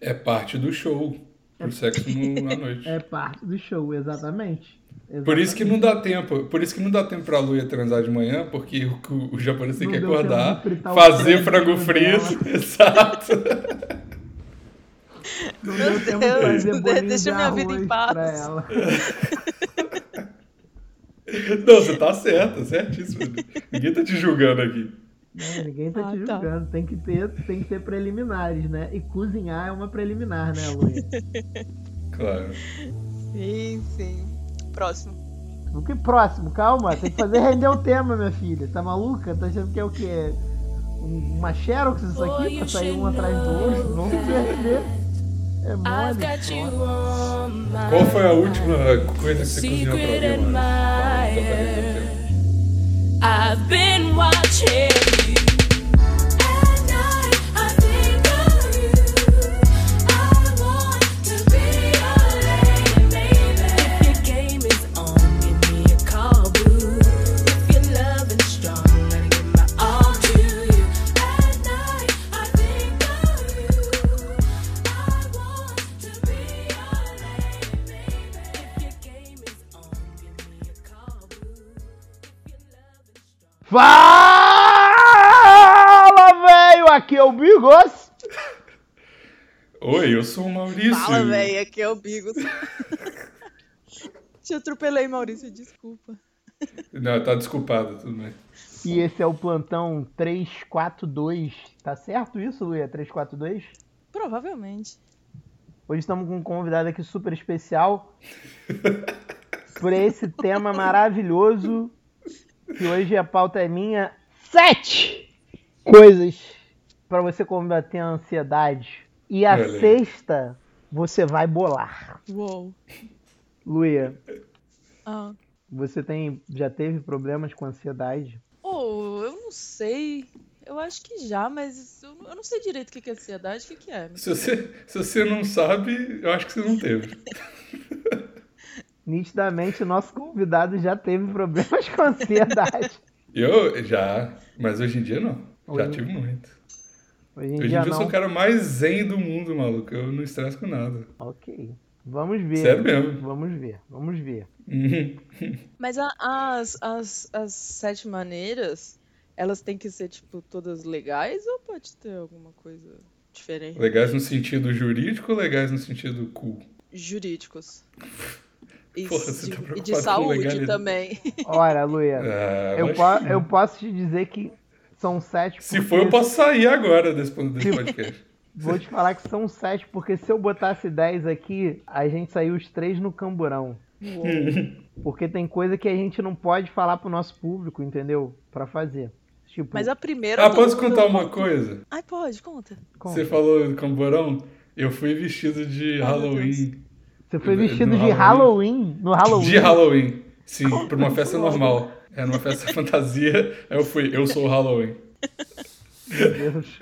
É parte do show. O sexo no- à noite. É parte do show, exatamente. Por isso que não dá tempo. Por isso que não dá tempo pra Luia transar de manhã, porque o, o, o japonês tem Não que deu tempo de acordar, fritar o fazer frango frango dela. frito. Exato. Não Meu deu tempo Deus, de fazer de- bolinho deixa de minha vida em arroz paz. pra ela. Não, você tá certa, certíssimo. Ninguém tá te julgando aqui. Não, ninguém tá Ah, te tá. julgando. Tem, que ter, tem que ter preliminares, né? E cozinhar é uma preliminar, né, Luia? Claro. Sim, sim. Próximo. O que próximo? Calma, tem que fazer render o tema, minha filha. Tá maluca? Tá achando que é o quê? Um- Uma Xerox isso aqui? Pra sair um atrás do outro? Não se perder. É I've mole. got you on my Qual foi a última coisa que você cozinhou pra secret alguém, mano? Fala, só pra resolver. admirer. I've been watching you. At night, I think of you. I want to be your lady, baby. If your game is on, give me a call, boo. If your love is strong, let me give my all to you. At night, I think of you. I want to be your lady, baby. If your game is on, give me a call, boo. Fala, velho! Aqui é o Bigos. Oi, eu sou o Maurício. Fala, véi, aqui é o Bigos. Te atropelei, Maurício, desculpa. Não, tá desculpado, tudo bem. E esse é o plantão 342. Tá certo isso, Luia? 342? Provavelmente. Hoje estamos com um convidado aqui super especial por esse tema maravilhoso. Que hoje a pauta é minha. Sete coisas para você combater a ansiedade. E a Olha aí. sexta você vai bolar. Uou. Luia, Ah. você tem, já teve problemas com ansiedade? Oh, eu não sei. Eu acho que já, mas isso- eu não- eu não sei direito o que que é ansiedade, o que que é. Se você, se você não sabe, eu acho que você não teve. Nitidamente, o nosso convidado já teve problemas com ansiedade. Eu já, mas hoje em dia não. Já Hoje- tive muito. Hoje Hoje em em dia dia eu sou não. o cara mais zen do mundo, maluco. Eu não estresso com nada. Ok. Vamos ver. Sério mesmo. Vamos ver, vamos ver. Uhum. Mas a- as, as, as sete maneiras, elas têm que ser, tipo, todas legais ou pode ter alguma coisa diferente? Legais no sentido jurídico, legais no sentido cool. Jurídicos. E, Porra, de- você tá e preocupado de com saúde legalidade. também. Ora, Luia. Ah, É. Eu, mas- po- eu posso te dizer que são sete. Se for, eu posso sair agora desse desse podcast. Vou te falar que são sete, porque se eu botasse dez aqui, a gente saiu os três no camburão. Uou. Porque tem coisa que a gente não pode falar pro nosso público, entendeu? Pra fazer. Tipo, Mas a primeira. Ah, todo posso mundo- contar uma coisa? Ai, pode, conta. como? Você falou camborão? Eu fui vestido de Ai, meu Halloween. Você foi no- vestido no de Halloween. No Halloween. De Halloween. Sim, pra uma festa normal. Era uma festa fantasia. Aí eu fui, eu sou o Halloween. Meu Deus.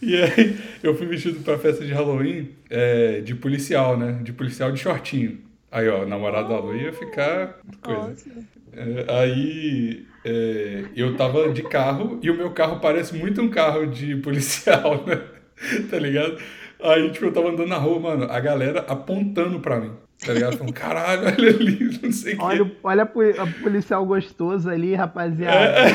E aí, eu fui vestido pra festa de Halloween é, de policial, né? De policial de shortinho. Aí, ó, o namorado da Lu ia ficar. Coisa. Nossa. É, aí é, eu tava de carro e o meu carro parece muito um carro de policial, né? Tá ligado? Aí, tipo, eu tava andando na rua, mano, a galera apontando pra mim. Tá ligado? Falando, caralho, olha ali, não sei o Olha, quê. o- olha a poli- a policial gostoso ali, rapaziada.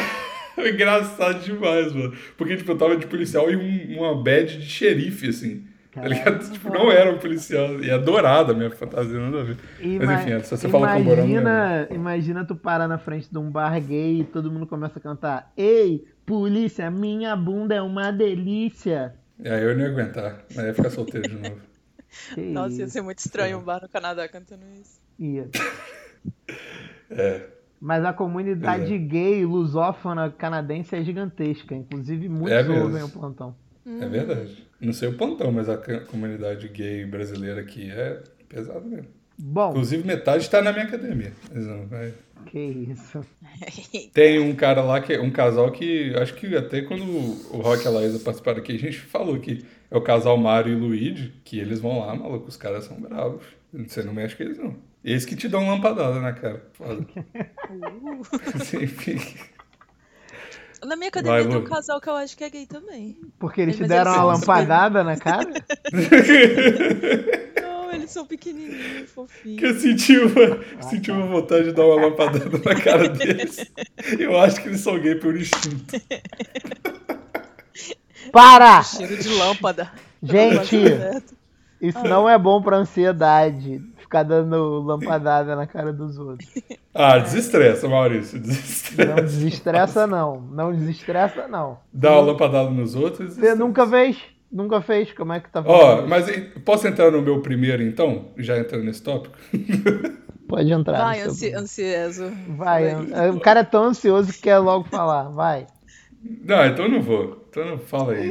É, engraçado demais, mano. Porque, tipo, eu tava de policial e um- uma badge de xerife, assim. Tá ligado? Tipo, não era um policial. E é dourada a minha fantasia, nada a ver. Ima- Mas enfim, é só você falar com o Borão. né? imagina, imagina tu parar na frente de um bar gay e todo mundo começa a cantar Ei, polícia, minha bunda é uma delícia. Aí É, eu não ia aguentar. Aí ia ficar solteiro de novo. Que Nossa, ia isso. ser muito Hum. estranho um bar no Canadá cantando isso. Ia. É. Mas a comunidade gay lusófona canadense é gigantesca. Inclusive, muitos É mesmo. ouvem o plantão. É verdade. Não sei o plantão, mas a ca- comunidade gay brasileira aqui é pesada mesmo. Bom, Inclusive, metade tá na minha academia. Mas não, vai. que isso. Tem um cara lá, que é um casal que. Acho que até quando o Rock e a Laísa participaram aqui, a gente falou que é o casal Mário e Luigi, que eles vão lá, maluco, os caras são bravos. Você não mexe com eles, não. Eles que te dão lampadada na cara. Foda. Uh. Mas, Enfim. Na minha academia Vai, tem um Lu. casal que eu acho que é gay também. Porque eles É, te mas eu deram uma sei, mas eu- lampadada na cara? Não, eles são pequenininhos, Que fofinhos. eu senti uma, senti uma vontade de dar uma lampadada na cara deles. Eu acho que eles são gay por instinto. Para! Cheiro de lâmpada. Gente, Certo. isso não é bom pra ansiedade. Ficar dando lampadada na cara dos outros. Ah, desestressa, Maurício. Não Desestressa. desestressa, não. Não desestressa, não. Dá uma lampadada nos outros. Você desestressa. nunca fez? Nunca fez? Como é que tá Ó, bom? mas e- posso entrar no meu primeiro então? Já entrando nesse tópico? Pode entrar. Vai, no seu- ansi ansioso. Vai, Fala aí. an- o cara é tão ansioso que quer logo falar. Vai. Não, então eu não vou. Então não fala Hum. aí.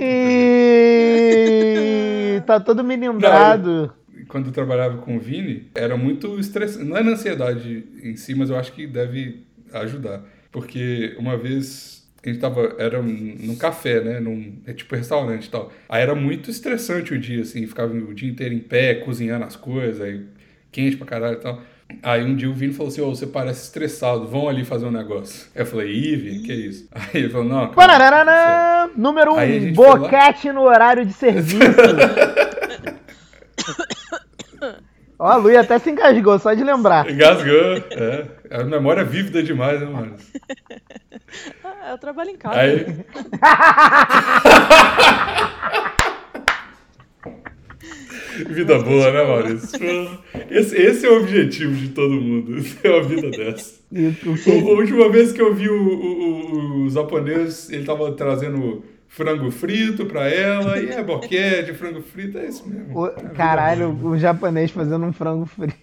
E... Tá todo melindrado. Quando eu trabalhava com o Vini, era muito estressante. Não é na ansiedade em si, mas eu acho que deve ajudar. Porque uma vez a gente tava. Era um- num café, né? Num, é tipo restaurante e tal. Aí era muito estressante o dia, assim. Ficava o dia inteiro em pé, cozinhando as coisas, aí quente pra caralho e tal. Aí um dia o Vini falou assim: Ô, você parece estressado, vão ali fazer um negócio. Aí eu falei: Ih, Vini, que isso? Aí ele falou: Não, calma, tá Parararã! Número 1, Aí a um, gente foi lá. boquete no horário de serviço. Ó, a Lui até se engasgou, só de lembrar. Engasgou. É. A memória é vívida demais, né, mano? Ah, eu trabalho em casa. Aí. Vida boa, né, Maurício? Esse, esse é o objetivo de todo mundo. ter uma vida dessa. E o O- que- a última vez que eu vi o, o, o- o japonês, ele tava trazendo frango frito pra ela, e é boquete, frango frito, é isso mesmo. o- caralho, o japonês fazendo um frango frito.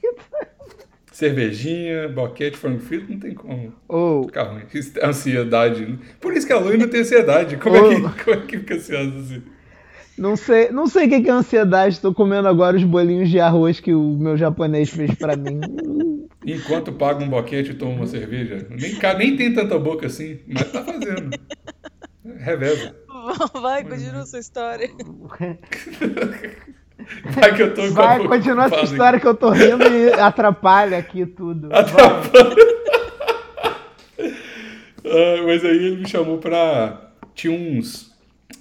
Cervejinha, boquete, frango frito, não tem como. Ou, Fica ruim. Isso é Ansiedade. né? Por isso que a Lui não tem ansiedade. Como, é que, como é que fica ansiosa assim? não sei, não sei o que que é ansiedade, tô comendo agora os bolinhos de arroz que o meu japonês fez pra mim. Enquanto paga um boquete e toma uma cerveja. Nem, ca- nem tem tanta boca assim, mas tá fazendo. Reveza. Vai, é. continua sua história. Vai que eu tô com a Vai, boca continua essa ocupada história que eu tô rindo e atrapalha aqui tudo. aqui. Atrapalha. Ah, mas aí ele me chamou pra. Tinha uns.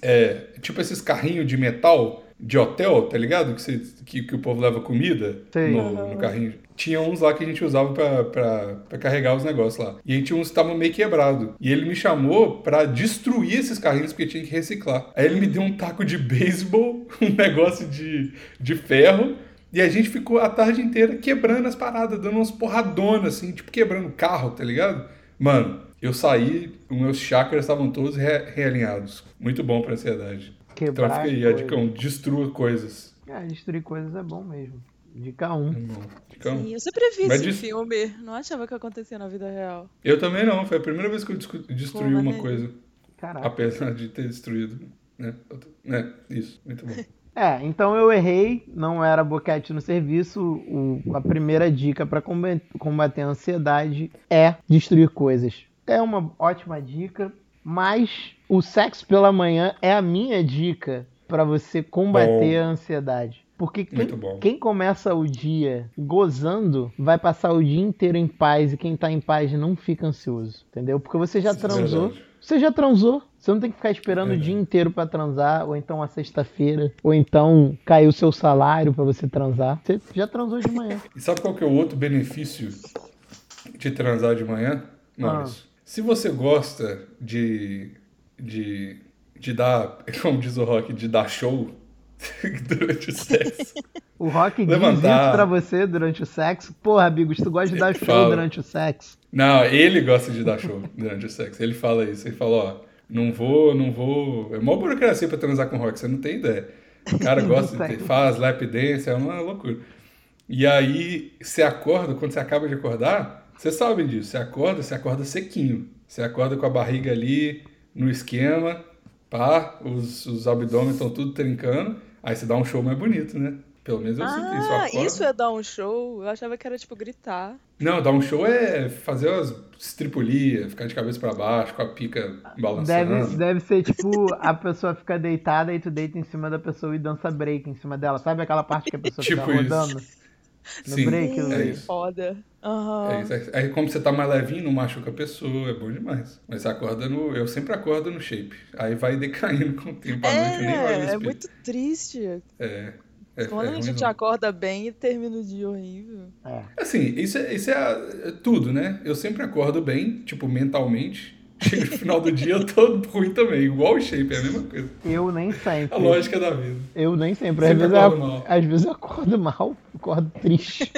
é, tipo esses carrinhos de metal de hotel, tá ligado? Que, você- que, que o povo leva comida Sei. no, no carrinho. Tinha uns lá que a gente usava pra, pra, pra carregar os negócios lá. E aí tinha uns que estavam meio quebrado. E ele me chamou pra destruir esses carrinhos porque tinha que reciclar. Aí ele me deu um taco de beisebol, um negócio de, de ferro. E a gente ficou a tarde inteira quebrando as paradas, dando umas porradonas, assim, tipo quebrando o carro, tá ligado? Mano, eu saí, os meus chakras estavam todos re- realinhados. Muito bom pra ansiedade. Então Quebrar fica aí, coisa. Adicão, destrua coisas. Ah, destruir coisas é bom mesmo. Dica 1. Irmão, Adicão. Sim, eu sempre vi Então. Mas esse isso- filme. Não achava que acontecia na vida real. Eu também não, foi a primeira vez que eu discu- destruí Pô, uma maneiro. coisa, Caraca. apesar de ter destruído, né? outra- né, Isso, muito bom. É, então eu errei, não era boquete no serviço. O- a primeira dica pra combater, combater a ansiedade é destruir coisas. É uma ótima dica, mas o sexo pela manhã é a minha dica pra você combater Bom. a ansiedade. Porque quem, Muito bom. quem começa o dia gozando vai passar o dia inteiro em paz e quem tá em paz não fica ansioso, entendeu? Porque você já transou, é Verdade. você já transou. Você não tem que ficar esperando o Verdade. dia inteiro pra transar, ou então a sexta-feira, ou então caiu o seu salário pra você transar. Você já transou de manhã. E sabe qual que é o outro benefício de transar de manhã, Maurício? Se você gosta de, de, de dar, como diz o Rock, de dar show durante o sexo, O Rock diz isso Levantar. pra você durante o sexo. Porra, Bigos, tu gosta de dar show Fala. durante o sexo. Não, ele gosta de dar show durante o sexo. Ele fala isso, ele fala, ó, não vou, não vou. É mó burocracia pra transar com rock, você não tem ideia. O cara gosta de ter, faz lap dance, é uma loucura. E aí, você acorda, quando você acaba de acordar, vocês sabem disso. Você acorda, você acorda sequinho. Você acorda com a barriga ali no esquema, pá, os, os abdômen estão tudo trincando. Aí você dá um show mais bonito, né? Pelo menos eu sinto isso. Eu ah, acordo- isso é dar um show? Eu achava que era tipo gritar. não, dar um show é fazer umas estripulias, ficar de cabeça pra baixo, com a pica balançando. Deve, deve ser tipo a pessoa fica deitada e tu deita em cima da pessoa e dança break em cima dela. Sabe aquela parte que a pessoa Tipo fica isso. rodando? No Sim, break, é Luiz. isso. Foda. Aham. É isso. Aí- Aí, como você tá mais levinho, não machuca a pessoa, é bom demais. Mas você acorda no. Eu sempre acordo no shape. Aí vai decaindo com o tempo à noite, eu nem olho no É, é espelho. muito triste. É, é, é Quando a ruim, gente não. acorda bem e termina o dia horrível. É. Assim, isso é, isso é, a- é tudo, né? Eu sempre acordo bem, tipo, mentalmente. Chega no final do dia, eu tô ruim também. Igual o shape, é a mesma coisa. Eu nem sempre. A lógica da vida. Eu nem sempre. Às É Sempre é vezes, eu, acordo mal. às vezes eu acordo mal, acordo triste.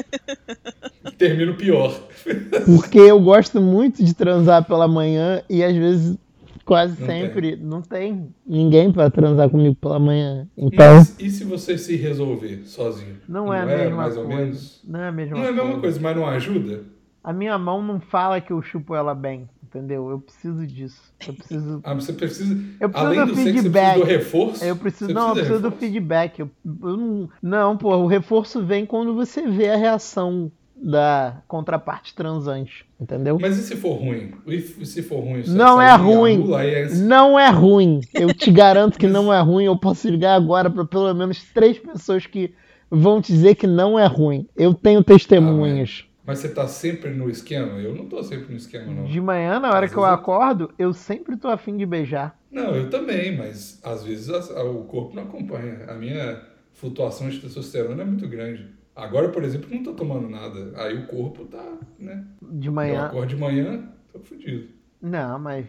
Termino pior. Porque eu gosto muito de transar pela manhã e às vezes, quase Não sempre, não tem ninguém pra transar comigo pela manhã. Então, Mas e se você se resolver sozinho? não é a mesma mais coisa. ou menos? Não é a mesma Não é a coisa. mesma coisa, mas não ajuda? A minha mão não fala que eu chupo ela bem, entendeu? Eu preciso disso. Eu preciso. Ah, mas você precisa. Eu preciso além do do sexo, você precisa feedback. do reforço? Eu preciso, Você não, eu precisa preciso de do reforço? feedback. Eu, eu não, não, pô, o reforço vem quando você vê a reação da contraparte transante, entendeu? Mas e se for ruim? E f- se for ruim? você Não sai é e ruim. anula, aí é- Não é ruim. Eu te garanto que não é ruim. Eu posso ligar agora pra pelo menos três pessoas que vão te dizer que não é ruim. Eu tenho testemunhas. Mas você tá sempre no esquema? Eu não tô sempre no esquema, não. De manhã, na hora Às que eu vezes eu- acordo, eu sempre tô afim de beijar. Não, eu também, mas às vezes as- a- o corpo não acompanha. A minha flutuação de testosterona é muito grande. Agora, por exemplo, não tô tomando nada. Aí o corpo tá, né? De Eu manhã. acordo de manhã, tô fudido. Não, mas,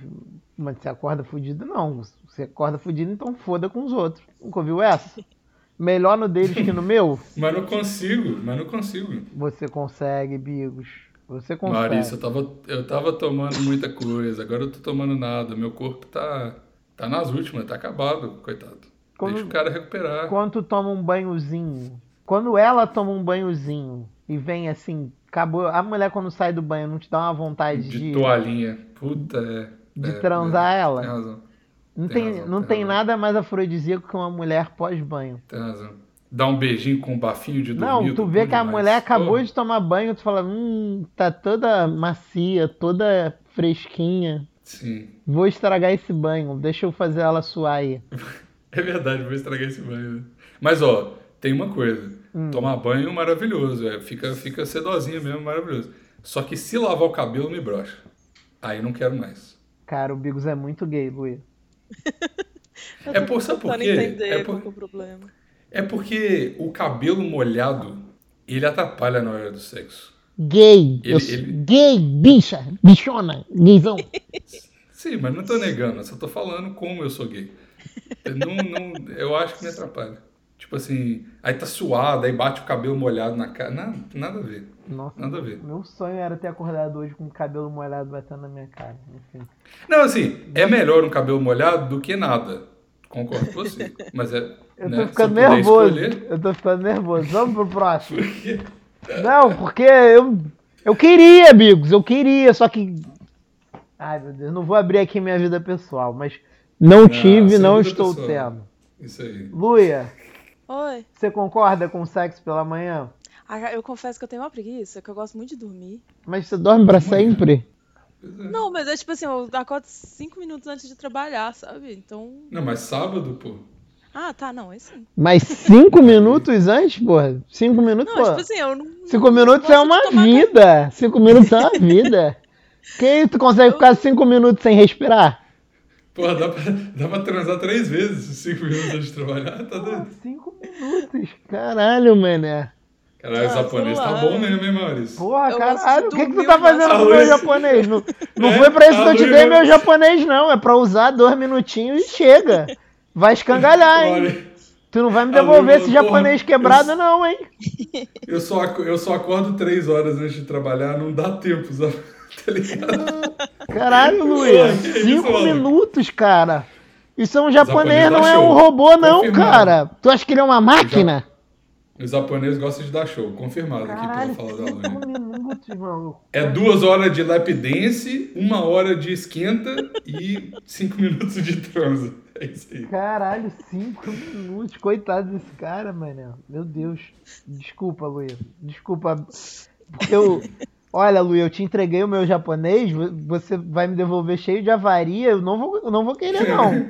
mas você acorda fudido, não. Você acorda fudido, então foda com os outros. Nunca ouviu essa? Melhor no deles que no meu? Mas não consigo, mas não consigo. Você consegue, Bigos. Você consegue. Larissa, eu tava, eu tava tomando muita coisa, agora eu tô tomando nada. Meu corpo tá, tá nas últimas, tá acabado, coitado. Quando- Deixa o cara recuperar. Quando tu toma um banhozinho, quando ela toma um banhozinho e vem assim, acabou. A mulher quando sai do banho não te dá uma vontade De de, toalhinha. Puta, é. de é, transar é, ela? Tem razão, não tem tem, razão, não tem tem razão. nada mais afrodisíaco que uma mulher pós-banho. tem razão. Dá um beijinho com um bafinho de dormido. Não, tu vê bom que a demais. mulher acabou Pô, de tomar banho, tu fala, hum, tá toda macia, toda fresquinha. Sim. Vou estragar esse banho, deixa eu fazer ela suar aí. É verdade, vou estragar esse banho. né? Mas, ó, tem uma coisa. Tomar banho é maravilhoso. É, fica, fica sedosinha mesmo, maravilhoso. Só que se lavar o cabelo, me brocha. Aí não quero mais. Cara, o Bigos é muito gay, Luiz. Eu É tô por- sabe por tentando quê? entender É por- qual que é o problema. É porque o cabelo molhado, ele atrapalha na hora do sexo. Gay, eu Ele- sou ele- gay, bicha, bichona, gayzão. Sim, mas não tô negando, eu só tô falando como eu sou gay. Eu Não, não, eu acho que me atrapalha. Tipo assim, aí tá suado, aí bate o cabelo molhado na cara. Nada, nada a ver, Nossa, nada a ver. meu sonho era ter acordado hoje com o cabelo molhado batendo na minha cara. Enfim. Não, assim, é melhor um cabelo molhado do que nada. Concordo com você. Mas é. Eu né, tô se ficando puder nervoso. escolher- Eu tô ficando nervoso. Vamos pro próximo. Não, porque eu, eu queria, amigos, eu queria, só que. Ai, meu Deus, não vou abrir aqui minha vida pessoal, mas não tive, Ah, sem não vida estou pessoal. tendo. Isso aí. Luia, Oi. você concorda com sexo pela manhã? Ah, Eu confesso que eu tenho uma preguiça, que eu gosto muito de dormir. Mas você dorme pra sempre? Não, mas é tipo assim, eu acordo cinco minutos antes de trabalhar, sabe? Então. Não, mas sábado, pô. Ah, tá, não, é sim. Mas cinco minutos antes, porra? Cinco minutos, Não, pô. tipo assim, eu não. Cinco minutos é uma vida. vida. Cinco minutos é uma vida. Que aí tu consegue ficar cinco minutos sem respirar? Porra, dá pra, dá pra transar três vezes, cinco minutos antes de trabalhar, tá doido? Cinco minutos. Caralho, mané. Caralho, o Ah, japonês tá sei lá. bom mesmo, hein, Maurício? Porra, Eu gosto de caralho, o que, que tu dormir um tá o máximo. fazendo com o A meu luz- japonês? Não, não É, foi pra isso a que tá eu te luz- dei meu japonês, não. É pra usar dois minutinhos e chega. Vai escangalhar, hein? Olha, tu não vai me a luz devolver esse voltou. japonês quebrado, não, hein? eu só, aco- eu só acordo três horas antes de trabalhar, não dá tempo, sabe? Tá ligado? Caralho, Porra, Luiz. que isso, Cinco maluco? minutos, cara. Isso é um japonês, Japonês não dá é um show. robô, não, Confirmado. cara. Tu acha que ele é uma máquina? Os japoneses gostam de dar show, confirmado aqui pela fala da Luna. minutos, maluco. É duas horas de lap dance, uma hora de esquenta e cinco minutos de transa. É isso aí. Caralho, cinco minutos. Coitado desse cara, mané. Meu Deus. Desculpa, Luia. Desculpa. Porque eu. Olha, Luia, eu te entreguei o meu japonês, vo- você vai me devolver cheio de avaria, eu não vou, eu não vou querer, não. É,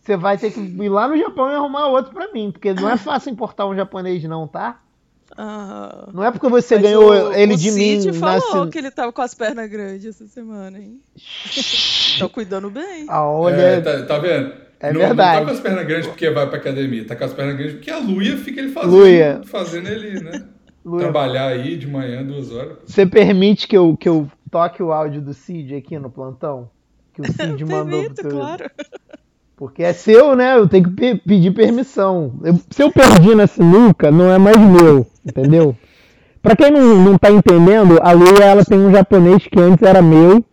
Você vai ter que ir lá no Japão e arrumar outro pra mim, porque não é fácil importar um japonês, não, tá? Ah, Não é porque você mas ganhou o- ele o de Cid mim. na falou se- que ele tava com as pernas grandes essa semana, hein? Tô cuidando bem. Ah, olha, É, tá, tá vendo? É não, verdade. Não tá com as pernas grandes porque vai pra academia, tá com as pernas grandes porque a Luia fica ele fazendo, Luia. fazendo ele, né? Luia, Trabalhar aí de manhã, duas horas. você permite que eu, que eu toque o áudio do Cid aqui no plantão? Que o Cid mandou pro Permito, teu... claro. Porque é seu, né? Eu tenho que pe- pedir permissão. Eu- se eu perdi na sinuca, não é mais meu, entendeu? Pra quem não, não tá entendendo, a Lua ela tem um japonês que antes era meu.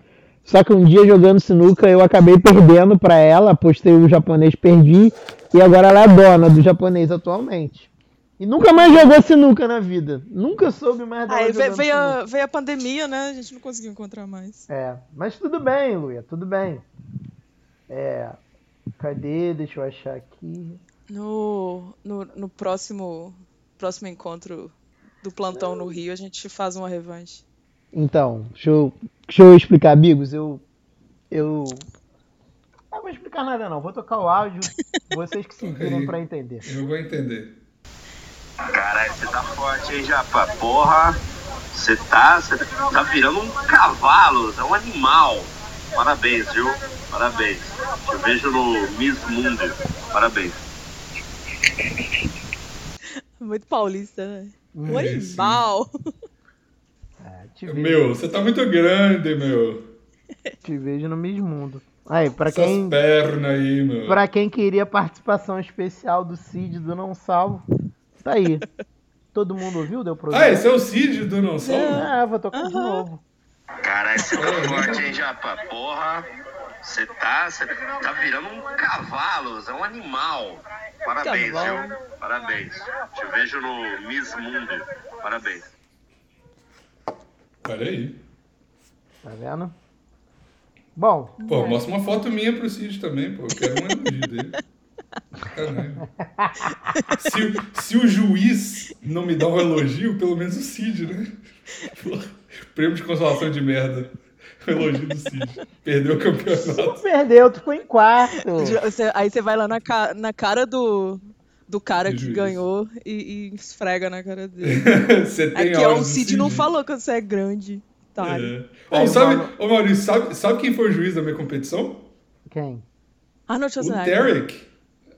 Só que um dia jogando sinuca eu acabei perdendo pra ela, apostei o japonês, perdi. E agora ela é dona do japonês atualmente. E nunca mais jogou sinuca na vida. Nunca soube mais dela Aí ve- jogando veio, sinuca. a, veio a pandemia, né? A gente não conseguiu encontrar mais. É, mas tudo bem, Luia, tudo bem. É, cadê? Deixa eu achar aqui. No, no, no próximo, próximo encontro do plantão no Rio, a gente faz uma revanche. Então, deixa eu, deixa eu explicar, amigos. Eu. Eu. Não vou explicar nada, não. Vou tocar o áudio, vocês que se viram Aí. pra entender. Eu vou entender. Caralho, você tá forte aí, Japa. Porra, você tá, você tá virando um cavalo, é um animal. Parabéns, viu? Parabéns. Te vejo no Miss Mundo. Parabéns. Muito paulista, né? Um É, animal! É, te, vejo, Meu, você tá muito grande, meu. te vejo no mesmo mundo. Aí, pra Essas quem, pernas aí, meu. pra quem queria participação especial do Cid do Não Salvo, tá aí. Todo mundo ouviu? Deu Ah, problema? esse é o Cid do Não Salvo? Ah, vou tocar de Aham. novo. Caralho, você tá É, forte hein, Japa. Porra, você tá, você tá virando um cavalo, é um animal. Parabéns, Cavalo. viu? Parabéns. Te vejo no Miss Mundo. Parabéns. Pera aí. Tá vendo? Bom, É. Pô, mostra uma foto minha pro Cid também, pô. Eu quero um elogio dele. Caralho. Se, se o juiz não me dá um elogio, pelo menos o Cid, né? Porra, prêmio de consolação de merda. O elogio do Cid. Perdeu o campeonato. tu perdeu, tu ficou em quarto. Já- você- aí você vai lá na, ca- na cara do, do cara Do que juiz. ganhou e, e esfrega na cara dele. Você tem Aqui, áudio ó, o do Cid não falou quando você é grande, tá? É. Aí, Ó, sabe, mano. ô Maurício, sabe, sabe quem foi o juiz da minha competição? Quem? Arnold O Schwarzenegger. Tarek.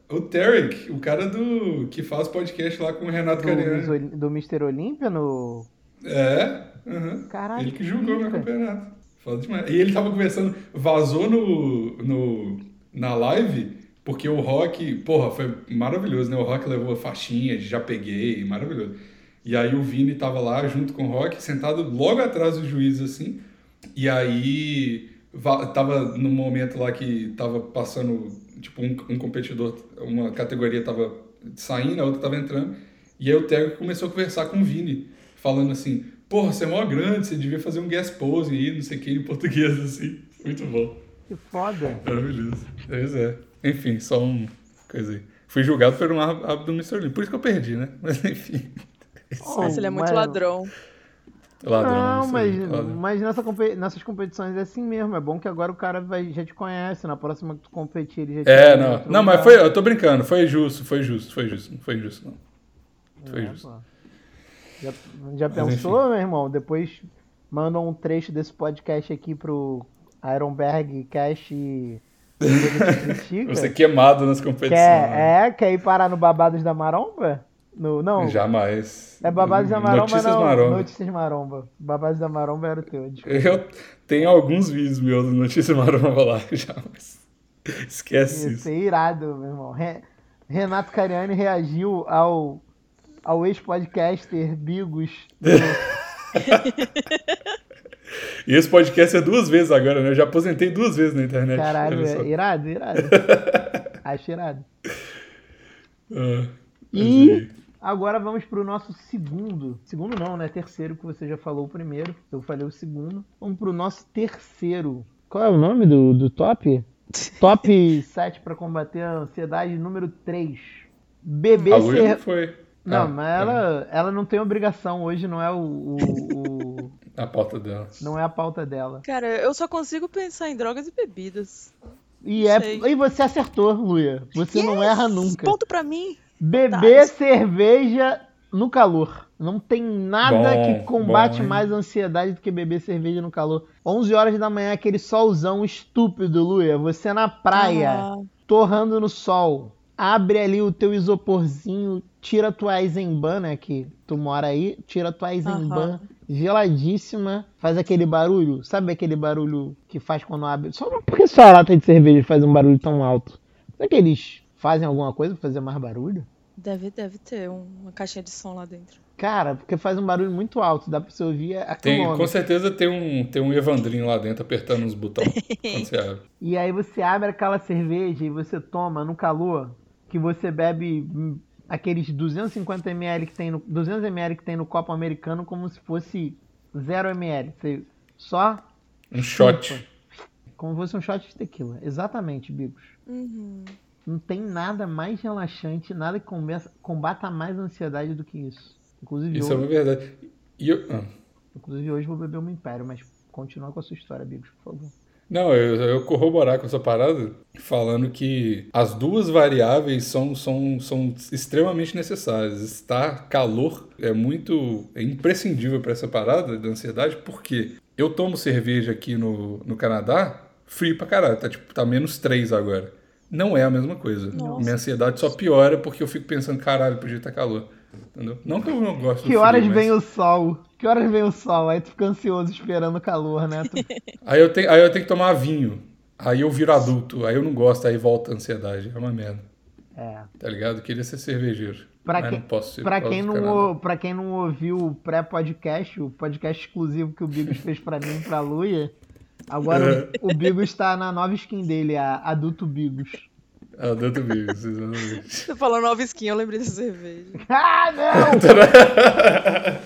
O Tarek, o cara do que faz podcast lá com o Renato Do, Cariani. do Mr. Olímpia no. É, uhum. Caralho, ele que que julgou meu pica. campeonato. Foda demais. E ele tava conversando, vazou no, no, na live, porque o Rock, porra, foi maravilhoso, né? O Rock levou a faixinha, já peguei, maravilhoso. E aí o Vini tava lá junto com o Rock, sentado logo atrás do juiz, assim. E aí va- tava num momento lá que tava passando, tipo, um, um competidor, uma categoria tava saindo, a outra tava entrando. E aí o Tego começou a conversar com o Vini, falando assim, porra, você é mó grande, você devia fazer um guest pose aí, não sei o que, em português, assim. Muito bom. Que foda. Maravilhoso. Pois é. Enfim, só um coisa aí. Fui julgado por um árbitro do Mr. Lee, por isso que eu perdi, né? Mas enfim. Nossa, ele é muito Mano. ladrão. Ladrão, Não, isso é mas, aí, ladrão. mas nessa compe- nessas competições é assim mesmo. É bom que agora o cara vai- já te conhece. Na próxima que tu competir, ele já te É, conhece em não. outro Não, mas lugar. foi. Eu tô brincando, foi justo, foi justo, foi justo. Não foi justo, não. Foi É, justo. pô. Já, já Mas pensou, meu irmão? Depois mandam um trecho desse podcast aqui pro Ironberg Cash e. Critica. Você queimado nas competições. né? quer, é, quer ir parar no Babados da Maromba? No, não, Jamais. é Babados da Maromba, Notícias não. Maromba. Notícias Maromba. Babados da Maromba era o teu. desculpa. Eu tenho alguns vídeos meus do Notícias Maromba lá, jamais. Esquece Isso isso. é irado, meu irmão. Re- Renato Cariani reagiu ao, ao ex-podcaster Bigos. E esse podcast é duas vezes agora, né? Eu já aposentei duas vezes na internet. Caralho, Olha só. é irado, irado. Acho irado. Ah, mas E aí. agora vamos pro nosso segundo. Segundo não, né? Terceiro, que você já falou o primeiro. Eu falei o segundo. Vamos pro nosso terceiro. Qual é o nome do, do top? Top 7 para combater a ansiedade, número 3. Beber A Luia cerveja. não foi. é- Não, Ah, mas ela, ela não tem obrigação hoje, não é o, o- o- A pauta dela. não é a pauta dela. Cara, eu só consigo pensar em drogas e bebidas. E, é, Sei. e você acertou, Luia. Você não Yes! erra nunca. Ponto pra mim. Beber Tá. cerveja no calor. Não tem nada Bom, que combate bom, hein? mais a ansiedade do que beber cerveja no calor. 11 horas da manhã, aquele solzão estúpido, Luia. Você na praia, Ah, torrando no sol. Abre ali o teu isoporzinho, tira tua Eisenbahn, né, que tu mora aí, tira tua Eisenbahn Aham. geladíssima, faz aquele barulho, sabe aquele barulho que faz quando abre? Só por que só a lata de cerveja faz um barulho tão alto? Será que eles fazem alguma coisa pra fazer mais barulho? deve, deve ter um- uma caixinha de som lá dentro. Cara, porque faz um barulho muito alto, dá pra você ouvir a Tem, Konomi. com certeza tem um, tem um Evandrinho lá dentro apertando os botões quando você abre. E aí você abre aquela cerveja e você toma no calor, que você bebe hum, aqueles 250 ml que tem no 200 ml que tem no copo americano como se fosse 0 ml, você só Um shot. chupa. como se fosse um shot de tequila. Exatamente, Bigos. Uhum. Não tem nada mais relaxante, nada que combe- combata mais a ansiedade do que isso. Inclusive, Isso é hoje, uma verdade. E eu- ah. inclusive hoje eu vou beber um império, mas continua com a sua história, Bigos, por favor. Não, eu, eu corroborar com essa parada, falando que as duas variáveis são, são, são extremamente necessárias. Estar calor é muito é imprescindível para essa parada da ansiedade, porque eu tomo cerveja aqui no, no Canadá, frio pra caralho, tá tipo, tá menos 3 agora. Não é a mesma coisa. Nossa. Minha ansiedade só piora porque eu fico pensando, caralho, podia estar calor. Entendeu? Não que eu não gosto do Que horas frio, mas- vem o sol? Que horas vem o sol? Aí tu fica ansioso esperando o calor, né? Tu- Aí eu, tenho, aí eu tenho que tomar vinho. Aí eu viro adulto. Aí eu não gosto. Aí volta a ansiedade. É uma merda. É. Tá ligado? Eu Queria ser cervejeiro. Pra mas quem- não posso ser. Pra por causa quem, do né? não, Canadá. ou- pra quem não ouviu o pré-podcast, o podcast exclusivo que o Bigos fez pra mim e pra Luia, É. agora o, o Bigos tá na nova skin dele, a Adulto Bigos. Adulto Bigos, exatamente. Você falou nova skin, eu lembrei da cerveja. Ah, não!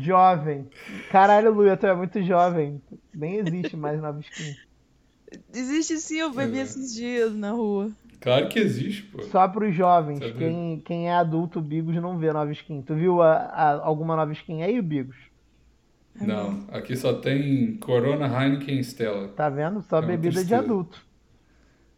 jovem. Caralho, Luia, tu é muito jovem. Nem existe mais nova skin. Existe sim, eu bebi É. esses dias na rua. Claro que existe, pô. Só pros jovens. Sabia. Quem, quem é adulto, Bigos, não vê nova skin. Tu viu a- a- alguma nova skin aí, Bigos? Uhum. Não, aqui só tem Corona, Heineken e Stella. Tá vendo? Só É uma bebida de tristeza. adulto.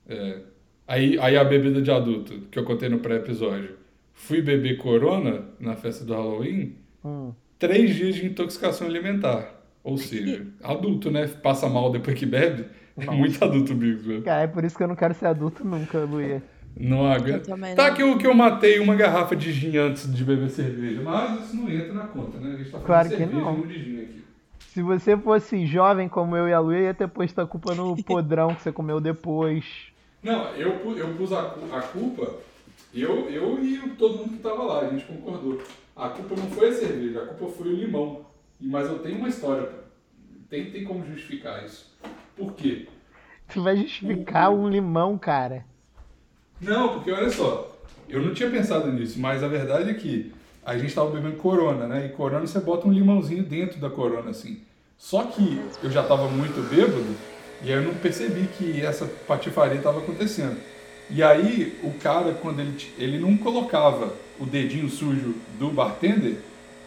É. Aí, aí a bebida de adulto, que eu contei no pré-episódio. Fui beber Corona na festa do Halloween. Hum. Três dias de intoxicação alimentar. Ou seja, adulto, né? Passa mal depois que bebe. É muito adulto o Bigos, velho. Cara, é por isso que eu não quero ser adulto nunca, Luia. Não Eu aguento. também Tá não. que eu, que eu matei uma garrafa de gin antes de beber cerveja, mas isso não entra na conta, né? A gente tá falando Claro de que cerveja não. e não de gin aqui. Se você fosse jovem como eu e a Luia, ia ter posto a culpa no podrão que você comeu depois. Não, eu, pu- eu pus a, cu- a culpa, eu, eu e todo mundo que tava lá, a gente concordou. A culpa não foi a cerveja, a culpa foi o limão. E- Mas eu tenho uma história, pô. tem, tem como justificar isso. Por quê? Tu vai justificar um limão, cara. Não, porque olha só, eu não tinha pensado nisso, mas a verdade é que a gente tava bebendo Corona, né? E Corona você bota um limãozinho dentro da Corona, assim. Só que eu já tava muito bêbado e aí eu não percebi que essa patifaria tava acontecendo. E aí o cara, quando ele, t- ele não colocava o dedinho sujo do bartender,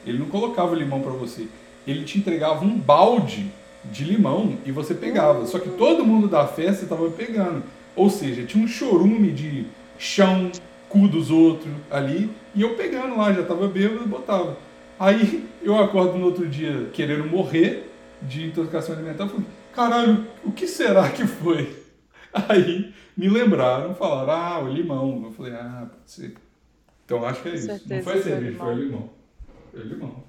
ele não colocava o limão pra você. Ele te entregava um balde de limão e você pegava. Só que todo mundo da festa tava pegando. Ou seja, tinha um chorume de chão, cu dos outros ali. E eu pegando lá, já tava bêbado e botava. Aí eu acordo no outro dia querendo morrer de intoxicação alimentar. Eu falei, caralho, o que será que foi? Aí me lembraram, falaram, ah, o limão. Eu falei, ah, pode ser. Então acho que é Com isso. Não certeza foi a foi cerveja, limão. foi o limão. Foi o limão.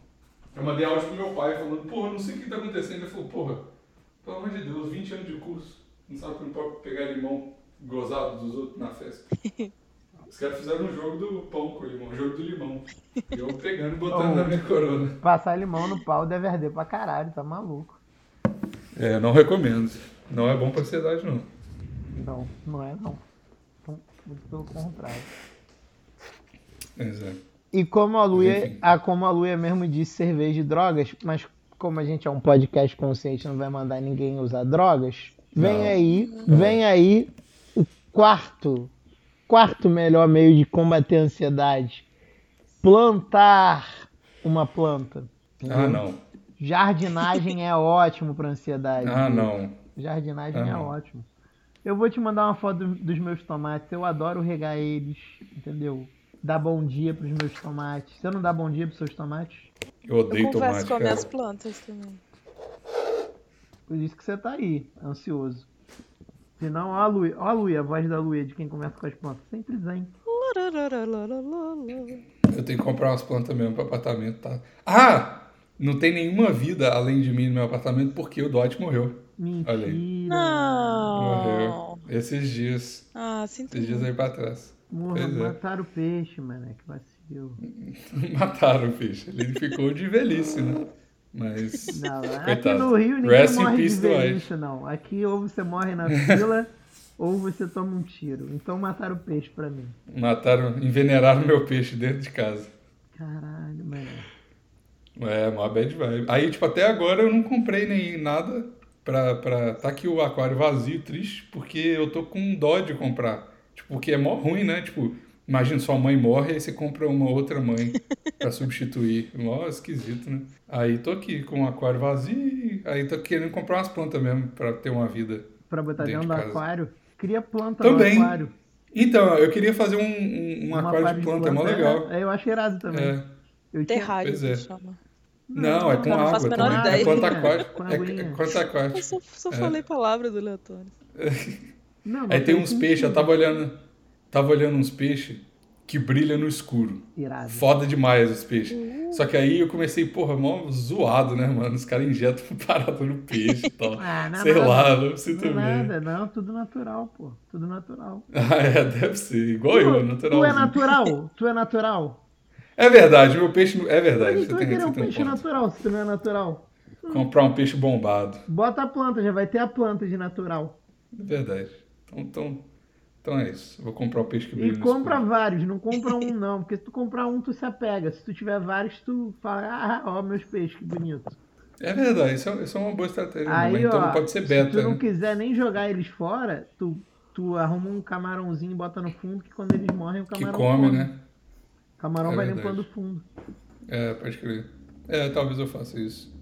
Eu mandei áudio pro meu pai falando, porra, não sei o que tá acontecendo. Ele falou, porra, pelo amor de Deus, 20 anos de curso. Não sabe que não pode pegar limão gozado dos outros na festa. Os caras fizeram um jogo do pão com limão, um jogo do limão. E eu pegando e botando na minha corona. Passar limão no pau deve arder pra caralho, tá maluco. É, não recomendo. Não é bom pra ansiedade, não. Não, não é não. Então, Muito pelo contrário. Exato. E como a Luia, Enfim. ah, como a Luia mesmo disse, cerveja e drogas, mas como a gente é um podcast consciente, não vai mandar ninguém usar drogas. Vem Não. aí, vem aí o quarto, quarto melhor meio de combater a ansiedade. Plantar uma planta. Ah, não. Jardinagem é ótimo para ansiedade. Ah, não. Jardinagem Ah, é não. ótimo. Eu vou te mandar uma foto do- dos meus tomates. Eu adoro regar eles, entendeu? dar bom dia pros meus tomates. Você não dá bom dia pros seus tomates? Eu Eu odeio tomate, converso com as minhas cara. plantas também. Por isso que você tá aí, ansioso. Senão, ó a Lui, ó a Lui, a voz da Lui, de quem começa com as plantas. Sempre zen. Lararararararara. Eu tenho que comprar umas plantas mesmo pro apartamento, tá? Ah! Não tem nenhuma vida além de mim no meu apartamento porque o Dot morreu. Olha Mentira. Não. Morreu. Esses dias. Ah, sinto. Esses dias aí pra trás. Morra, Pois é. mataram o peixe, mano. Que vacilo. Mataram o peixe. Ele ficou de velhice, né? Mas. Não, aqui Coitado. no Rio ninguém Rest in morre de peace, Dwight. velhice, não. Aqui ou você morre na fila ou você toma um tiro. Então mataram o peixe pra mim. Mataram, envenenaram meu peixe dentro de casa. Caralho, mano. É, mó bad vibe. Aí, tipo, até agora eu não comprei nem nada pra, pra... Tá aqui o aquário vazio, triste, porque eu tô com dó de comprar. Tipo, porque é mó ruim, né? Tipo, imagina, sua mãe morre, aí você compra uma outra mãe pra substituir. Mó esquisito, né? Aí tô aqui com o aquário vazio, aí tô querendo comprar umas plantas mesmo pra ter uma vida. Pra botar Dentro dentro de do casa. aquário. Cria planta Também. no aquário. Então, eu queria fazer um, um, um Um aquário de planta, é mó legal. É, eu acho irado também. É. Eu tinha- Terrário, Pois é. que chama. Não, é com não água faço a menor também. É ideia. planta aquática. Com É, aguinha. é planta Eu aquática. só, só É. falei palavra do Leotônio. Não, mas Aí tem faz uns sentido. peixes, eu tava olhando, tava olhando uns peixes que brilham no escuro. Irado. Foda demais os peixes. Só que aí eu comecei, porra, mó zoado, né, mano? Os caras injetam parada no peixe e tal. Ah, não é Sei nada. lá, não sinto Não é bem. nada, não. Tudo natural, pô. Tudo natural. Ah, é, deve ser. Igual eu, tu é naturalzinho. natural? Tu é natural? É verdade, meu peixe. não- É Por verdade, que tu você vai tem, querer você um tem um peixe ponto. natural se tu não é natural? Comprar um peixe bombado. Bota a planta, já vai ter a planta de natural. É verdade. Então, então, então é isso. Eu Vou comprar um peixe que brilha E no compra escuro. vários, não compra um não, porque se tu comprar um, tu se apega. Se tu tiver vários, tu fala, ah, ó, meus peixes, que bonito. É verdade, isso é, isso é uma boa estratégia. Aí, mas então ó, não pode ser se tu beta, não né? quiser nem jogar eles fora, tu, tu arruma um camarãozinho e bota no fundo, que quando eles morrem, o Que camarão come, né? O camarão É vai verdade. limpando o fundo. É, pode crer. É, talvez eu faça isso.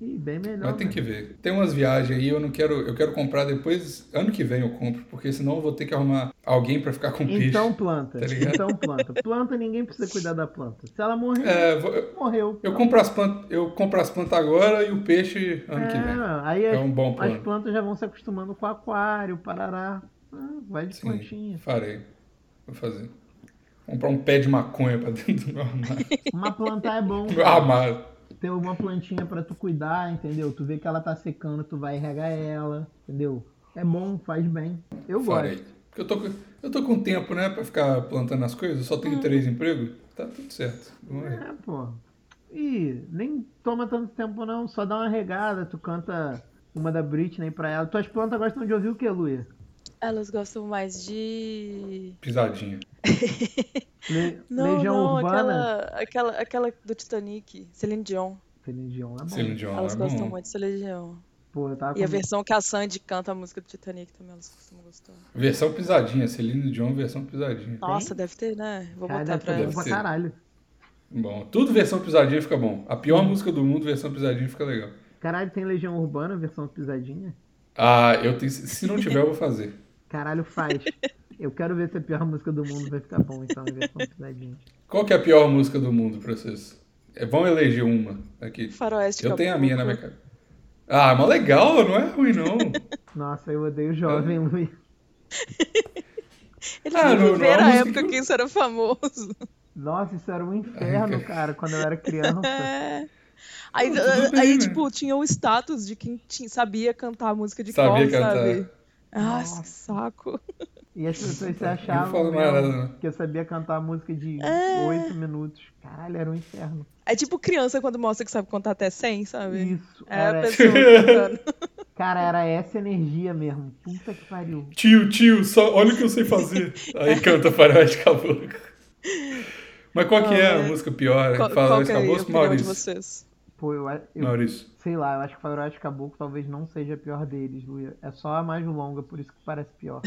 Ih, bem melhor. né? Mas tem mano. que ver. Tem umas viagens aí, eu não quero. Eu quero comprar depois. Ano que vem eu compro, porque senão eu vou ter que arrumar alguém pra ficar com peixe. Então planta, tá ligado? então planta. Planta, ninguém precisa cuidar da planta. Se ela morrer, É, vou- eu, morreu. eu compro as plantas, eu compro as plantas agora e o peixe ano que vem. É, aí É as, um bom as plano. plantas já vão se acostumando com aquário, parará. Ah, vai de Sim, plantinha. farei. Vou fazer. Comprar um pé de maconha pra dentro do meu armário. Uma plantar é bom. meu armário. Ter uma plantinha pra tu cuidar, entendeu? Tu vê que ela tá secando, tu vai regar ela, entendeu? É bom, faz bem. Eu Farei. gosto. Porque eu tô, com- eu tô com tempo, né, pra ficar plantando as coisas. Eu só Uhum. tenho três empregos. Tá tudo certo. Vamos aí. É, pô. Ih, nem toma tanto tempo não, só dá uma regada, tu canta uma da Britney pra ela. Tuas plantas gostam de ouvir o que, Luia? Elas gostam mais de. Pisadinha. Le- Não, Legião não, Urbana? aquela, aquela, aquela do Titanic, Celine Dion. Celine Dion, é bom. Celine Dion, Elas é bom. gostam muito de Celine Dion. Pô, eu tava Tá E a com- versão que a Sandy canta a música do Titanic também, elas costumam gostar. Versão pisadinha, Celine Dion, versão pisadinha. Nossa, deve ter, né? Vou Cara, botar deve pra ser bom deve elas. pra ser. caralho. Bom, tudo versão pisadinha fica bom. A Uhum. pior música do mundo, versão pisadinha, fica legal. Caralho, tem Legião Urbana, versão pisadinha? Ah, eu tenho. Se não tiver, eu vou fazer. Caralho, faz. Eu quero ver se a pior música do mundo vai ficar bom, então, em versão pisadinha. Qual que é a pior música do mundo pra vocês? É, vamos eleger uma aqui. Faroeste é Eu tenho a Caboclo. minha né, na minha cara. Ah, mas legal, não é ruim, não. Nossa, eu odeio jovem, Luiz. Eles Ah, não não, não, viveram a a música época que- que isso era famoso. Nossa, isso era um inferno, cara, quando eu era criança. É. Aí, Não, tudo ah, bem, aí, né? tipo, tinha o status de quem ti- sabia cantar a música de Sabia cor, cantar. sabe? Ah, Nossa. que saco. E as pessoas se Não falo achavam mais né? mesmo nada, não. que eu sabia cantar música de oito minutos. Caralho, era um inferno. É tipo criança quando mostra que sabe contar até 100, sabe? Isso, É a era... pessoa cantando. Cara, era essa energia mesmo. Puta que pariu. Tio, tio, só olha o que eu sei fazer. Aí canta Faroeste Caboclo. Mas qual que é a Ah, música pior? Qual, qual Faroeste que é a Caboclo, opinião de Maurício. vocês? Pô, eu, eu Maurício. sei lá, eu acho que Faroeste Caboclo talvez não seja a pior deles, Luia. É só a mais longa, por isso que parece pior.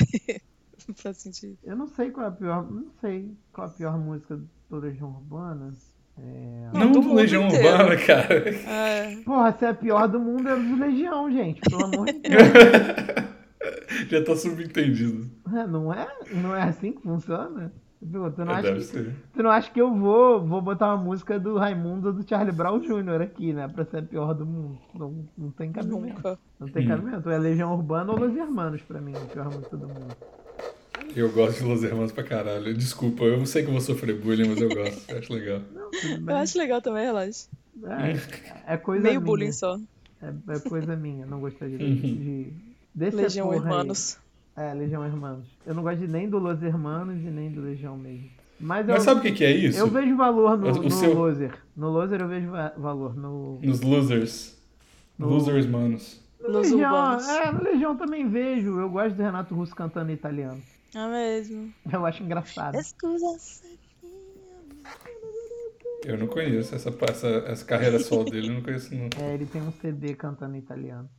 Faz sentido. Eu não sei qual é a pior. Não sei qual é a pior música do Legião Urbana. É... Não, do do mundo Legião inteiro. Urbana, cara. É, Porra, se é a pior do mundo é do Legião, gente. Pelo amor de Deus. Já tá subentendido. É, Não é? Não é assim que funciona? Tu, tu não É, acha deve que- ser. tu não acha que eu vou, vou botar uma música do Raimundo ou do Charlie Brown Jr. aqui, né? Pra ser a pior do mundo. Não, não tem cabimento. Nunca. Não tem Hum. cabimento. É Legião Urbana ou Los Hermanos pra mim, a pior música do mundo. Eu gosto de Los Hermanos pra caralho. Desculpa, eu não sei que eu vou sofrer bullying, mas eu gosto. Eu acho legal. Não, tudo Eu bem. acho legal também, relaxa. É, é coisa Meio minha. bullying só. É, é coisa minha. Não gostaria Uhum. de. de... Desse Legião porra aí. Hermanos. É, Legião Hermanos. Eu não gosto de nem do Los Hermanos e nem do Legião mesmo. Mas, eu, Mas sabe o que que é isso? eu vejo valor no, O no seu- Loser. No Loser eu vejo va- valor. No, Nos losers. No- Losers, manos. no Los Legião, Urbanos. é, no Legião também vejo. Eu gosto do Renato Russo cantando em italiano. É mesmo. Eu acho engraçado. Escusa. Eu não conheço essa, essa, essa carreira solo dele, eu não conheço não. É, ele tem um CD cantando em italiano.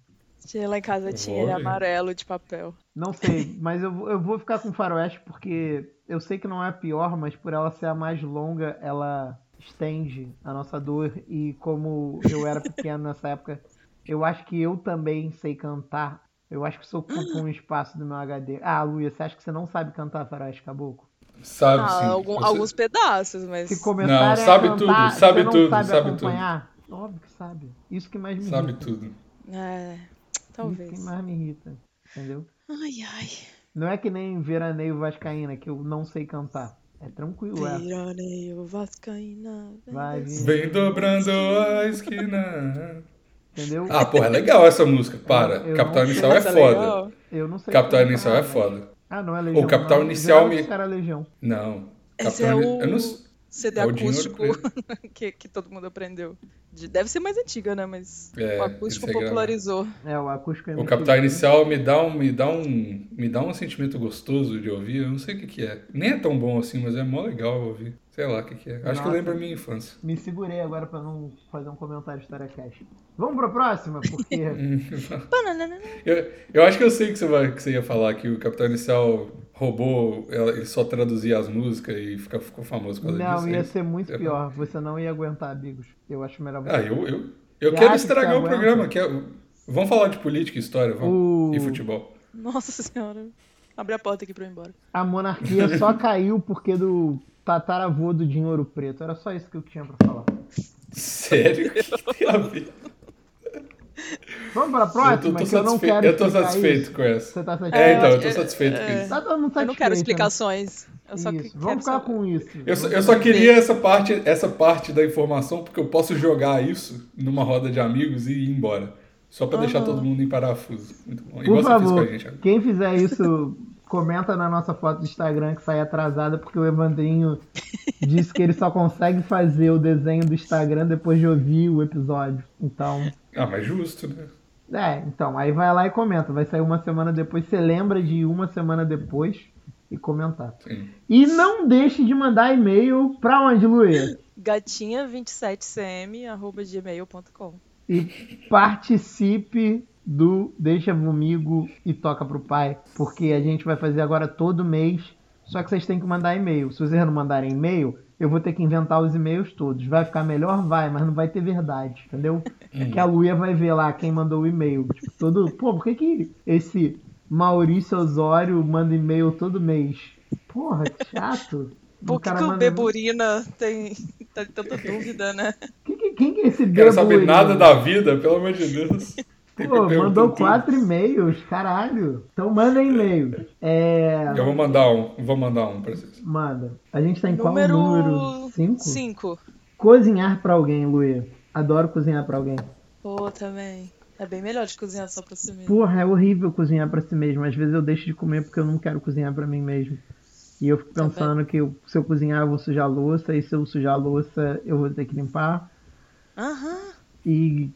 Tinha lá em casa, tinha ele Olha. amarelo de papel. Não sei, mas eu, vou- eu vou ficar com Faroeste porque eu sei que não é a pior, mas por ela ser a mais longa, ela estende a nossa dor. E como eu era pequeno nessa época, eu acho que eu também sei cantar. Eu acho que isso ocupa um espaço do meu HD. Ah, Luia, você acha que você não sabe cantar Faroeste Caboclo? Sabe sim. Ah, algum- Você- alguns pedaços, mas. Se começar Não, a sabe cantar, tudo, você sabe não tudo, sabe, sabe acompanhar? Óbvio que sabe. Isso que mais me Sabe irrita. tudo. É, Isso que talvez. mais me irrita, entendeu? Ai, ai. Não é que nem Veraneio Vascaína, que eu não sei cantar. É tranquilo, é. Viraneio Vascaína. vem Vai descer. vir, Vem dobrando a esquina. entendeu? Ah, porra, é legal essa música. Para. Eu- eu Capital não sei. Inicial é Essa foda. legal? Eu não sei. Capital cantar, Inicial é mas- foda. Ah, não é Legião. O Capital não. Inicial Geralmente me- Os caras é Legião. Não. Esse Capital Ini- é o- Eu não sei. CD É o Dinho acústico Ouro que, que todo mundo aprendeu. De- deve ser mais antiga, né? Mas É, o acústico eles regravam. popularizou. É, o acústico é O Capital MTV. Inicial me dá um, me dá um, me dá um sentimento gostoso de ouvir. Eu não sei o que que é. Nem é tão bom assim, mas é mó legal ouvir. Sei lá o que que é. Acho que Nossa. lembra a minha infância. Me segurei agora pra não fazer um comentário história cash. Vamos pra próxima, Hum, porque. Eu, eu acho que eu sei que você vai, que você ia falar que o Capital Inicial roubou, ela- ele só traduzia as músicas e fica, ficou famoso por causa não, disso. ia é ser muito Eu- pior. Você não ia aguentar, amigos. Eu acho melhor você. Ah, eu, eu, eu Você quero acha que estragar você o programa. quero- Vamos falar de política e história, vamos. O- E futebol. Nossa senhora. Abre a porta aqui pra eu ir embora. A monarquia só caiu porque do tataravô do Dinho Ouro Preto. Era só isso que eu tinha pra falar. Sério? O que que tem a ver? Vamos pra eu próxima, tô, tô que eu não satisfeito, quero. eu tô explicar satisfeito isso. com essa. Você tá satisfeito? É, então, eu acho tô que- satisfeito com é. isso. Tá todo mundo satisfeito. Eu não quero né? explicações. Eu só que Isso. Vamos quero ficar com isso. Eu só, eu só queria essa parte, essa parte da informação, porque eu posso jogar isso numa roda de amigos e ir embora. Só pra deixar todo mundo em parafuso. Muito bom. Igual Por você fez com a favor, gente agora. quem fizer isso, comenta na nossa foto do Instagram que sai atrasada, porque o Evandrinho disse que ele só consegue fazer o desenho do Instagram depois de ouvir o episódio. Então, Ah, mas justo, né? é, então, aí vai lá e comenta. Vai sair uma semana depois. Você lembra de uma semana depois e comentar. Sim. E não deixe de mandar e-mail pra onde, Luia? gatinha27cm.gmail.com. e participe do Deixa Comigo e Toca Pro Pai, porque a gente vai fazer agora todo mês, só que vocês têm que mandar e-mail. Se vocês não mandarem e-mail, eu vou ter que inventar os e-mails todos. Vai ficar melhor? Vai, mas não vai ter verdade, entendeu? É que a Luia vai ver lá quem mandou o e-mail. Tipo, todo... Pô, por que que esse Maurício Osório manda e-mail todo mês? Porra, que chato. Por que, cara que o manda- Beburina tem, tá de tanta dúvida, né? Quem que- Quem que é esse Quero saber Beburino? nada da vida, pelo amor de Deus. Fica Pô, perguntando mandou tudo. quatro e-mails, caralho. Então manda e-mail. É. Eu vou mandar um, vou mandar um pra vocês. Manda. A gente tá em Número qual número? Cinco? 5. Cozinhar pra alguém, Luê. Adoro cozinhar pra alguém. Pô, também. É bem melhor de cozinhar só pra si mesmo. Porra, é horrível cozinhar pra si mesmo. Às vezes eu deixo de comer porque eu não quero cozinhar pra mim mesmo. E eu fico pensando que eu- se eu cozinhar eu vou sujar a louça, e se eu sujar a louça eu vou ter que limpar. Aham. E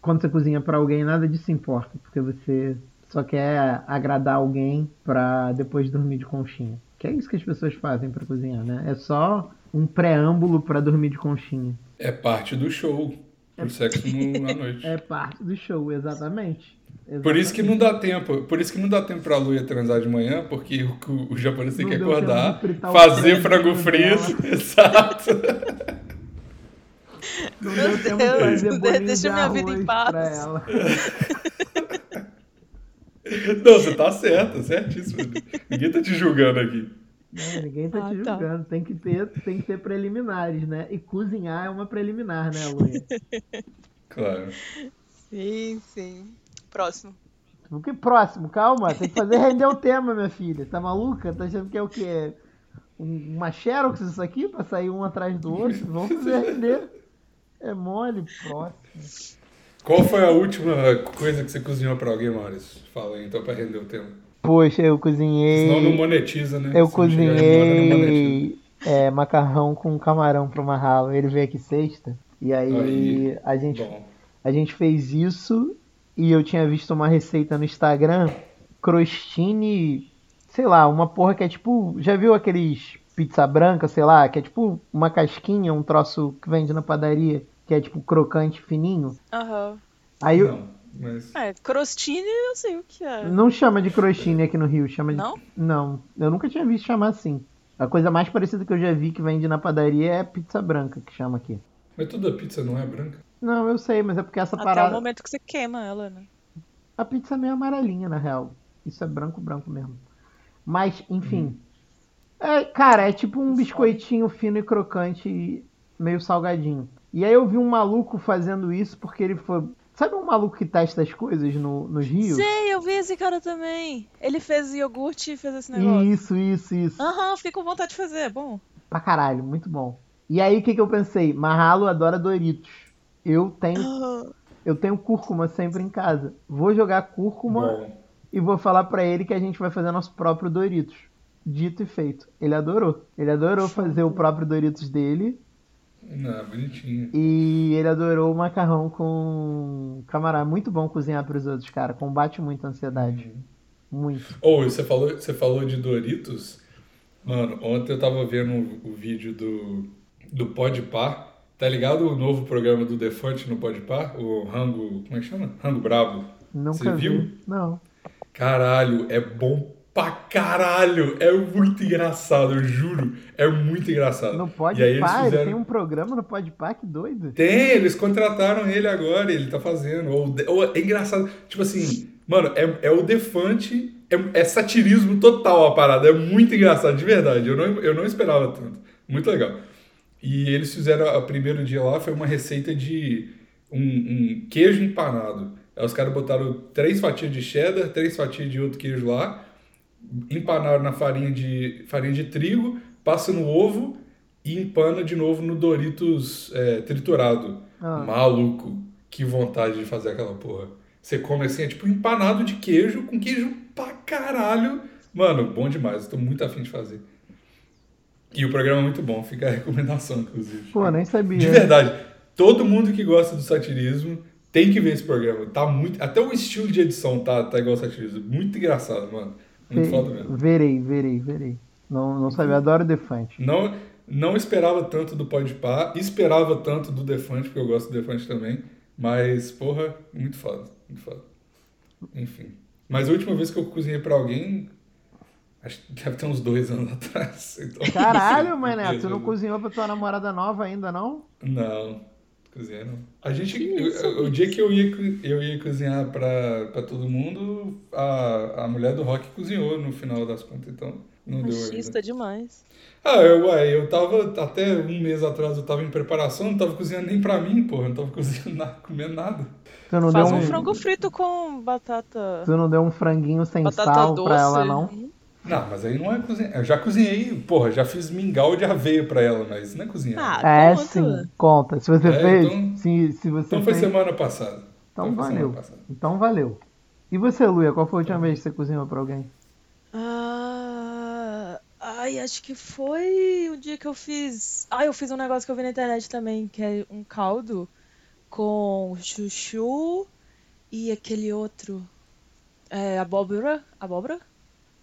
quando você cozinha pra alguém, nada disso importa, porque você só quer agradar alguém pra depois dormir de conchinha. Que é isso que as pessoas fazem pra cozinhar, né? É só um preâmbulo pra dormir de conchinha. É parte do show. Pro sexo no, à noite. É parte do show, exatamente. Por isso que não dá tempo. Por isso que não dá tempo pra Luia transar de manhã, porque o, o, o japonês tem Não que deu tempo de acordar, fritar o fazer frango frango frito. Exato. Não Meu deu tempo Deus, de fazer de- bolinho deixa de minha vida em arroz paz. pra ela. Não, você tá certa, certíssimo. Ninguém tá te julgando aqui. Não, ninguém tá Ah, te tá. julgando. Tem que ter, tem que ter preliminares, né? E cozinhar é uma preliminar, né, Luia? Claro. Sim, sim. Próximo. O Tipo, que próximo? Calma, tem que fazer render o tema, minha filha. Tá maluca? Tá achando que é o quê? Um- Uma Xerox isso aqui? Pra sair um atrás do outro? Vamos fazer render. É mole, próximo. Qual foi a última coisa que você cozinhou pra alguém, Maurício? Fala aí, então, pra render o tema. Poxa, eu cozinhei. Senão não monetiza, né? Eu Se não chegar de moda, não monetiza. cozinhei é, macarrão com camarão pro Marralo. Ele veio aqui sexta. E aí, Aí, a, gente, Bom, a gente fez isso. E eu tinha visto uma receita no Instagram. Crostini. Sei lá, uma porra que é tipo. Já viu aqueles pizza branca, sei lá? Que é tipo uma casquinha, um troço que vende na padaria. Que é tipo crocante fininho. Aham. Aí eu- não, mas... É, crostini eu sei o que é. não chama de crostini aqui no Rio, chama de Não? Não, eu nunca tinha visto chamar assim. A coisa mais parecida que eu já vi que vende na padaria é pizza branca, que chama aqui. mas toda pizza não é branca? Não, eu sei, mas é porque essa Até o parada. momento que você queima ela, né? A pizza é meio amarelinha, na real. Isso é branco, branco mesmo. Mas, Hum. enfim. É, cara, é tipo um biscoitinho fino e crocante, e meio salgadinho. E aí eu vi um maluco fazendo isso porque ele foi. Sabe um maluco que testa as coisas no, no Rio? Sei, eu vi esse cara também. Ele fez iogurte e fez esse negócio. Isso, isso, isso. Aham, fiquei com vontade de fazer, é bom. Pra caralho, muito bom. E aí, o que, que eu pensei? Marralo adora Doritos. Eu tenho, Ah, eu tenho cúrcuma sempre em casa. Vou jogar cúrcuma Bom, e vou falar pra ele que a gente vai fazer nosso próprio Doritos. Dito e feito. Ele adorou. Ele adorou fazer o próprio Doritos dele não, bonitinho. e ele adorou o macarrão com camarão. É muito bom cozinhar pros outros, cara. Combate muito a ansiedade. Uhum. Muito. Ou você falou, você falou de Doritos? Mano, ontem eu tava vendo o vídeo do, do Podpah. Tá ligado o novo programa do Defante no Podpah? O Rango, como é que chama? Rango Brabo. Nunca Você vi. viu? Não. Caralho, é bom pra caralho. É muito engraçado, eu juro. É muito engraçado. Não E pode aí eles pá, ele tem fizeram... um programa no Pode Pá, que doido. Tem, eles contrataram ele agora, ele tá fazendo. Ou, ou- é engraçado, tipo assim, mano, é, é o Defante, é, é satirismo total a parada, é muito engraçado, de verdade. Eu não, eu não esperava tanto. Muito legal. E eles fizeram a- o primeiro dia lá, foi uma receita de um, um queijo empanado. Aí os caras botaram três fatias de cheddar, três fatias de outro queijo lá, empanaram na farinha de, farinha de trigo, passa no ovo e empana de novo no Doritos é, triturado. Ah. Maluco, que vontade de fazer aquela porra. Você come assim, é tipo empanado de queijo com queijo pra caralho. Mano, bom demais, eu tô muito afim de fazer. E o programa é muito bom, fica a recomendação, inclusive. Pô, né? nem sabia. De verdade, todo mundo que gosta do satirismo tem que ver esse programa. Tá muito, até o estilo de edição tá, tá igual ao satirismo. Muito engraçado, mano. Muito Ve- foda mesmo. Verei, verei, verei. Não, não sabia, adoro Defante. Não, não esperava tanto do Podpah, esperava tanto do Defante, porque eu gosto do Defante também. Mas, porra, muito foda, muito foda. Enfim. Mas a última vez que eu cozinhei pra alguém, acho que deve ter uns dois anos atrás. Então, Caralho, mané, tu não Jesus. cozinhou pra tua namorada nova ainda, não? Não, cozinhar não. A gente, Que eu- isso, eu- o dia que eu ia, co- eu ia cozinhar pra pra todo mundo, a, a mulher do Rock cozinhou no final das contas, então não deu ainda. machista demais. Ah, eu, uai, eu tava, até um mês atrás eu tava em preparação, não tava cozinhando nem pra mim, porra, não tava cozinhando nada, comendo nada. Tu não, Faz deu um um, frango frito com batata. tu não deu um franguinho sem Batata sal doce. pra ela, não? Não, mas aí não é cozinhar. Eu já cozinhei, porra, já fiz mingau de aveia pra ela, mas não é cozinhar. Ah, é, conta. sim, conta. Se você É, fez, então- se, se você Então foi fez, semana passada. então Então foi semana valeu. passada. Então valeu. E você, Luia, qual foi a última vez que você cozinhou pra alguém? Ah, ai, acho que foi o dia que eu fiz. Ah, eu fiz um negócio que eu vi na internet também, que é um caldo com chuchu e aquele outro. É, abóbora? Abóbora?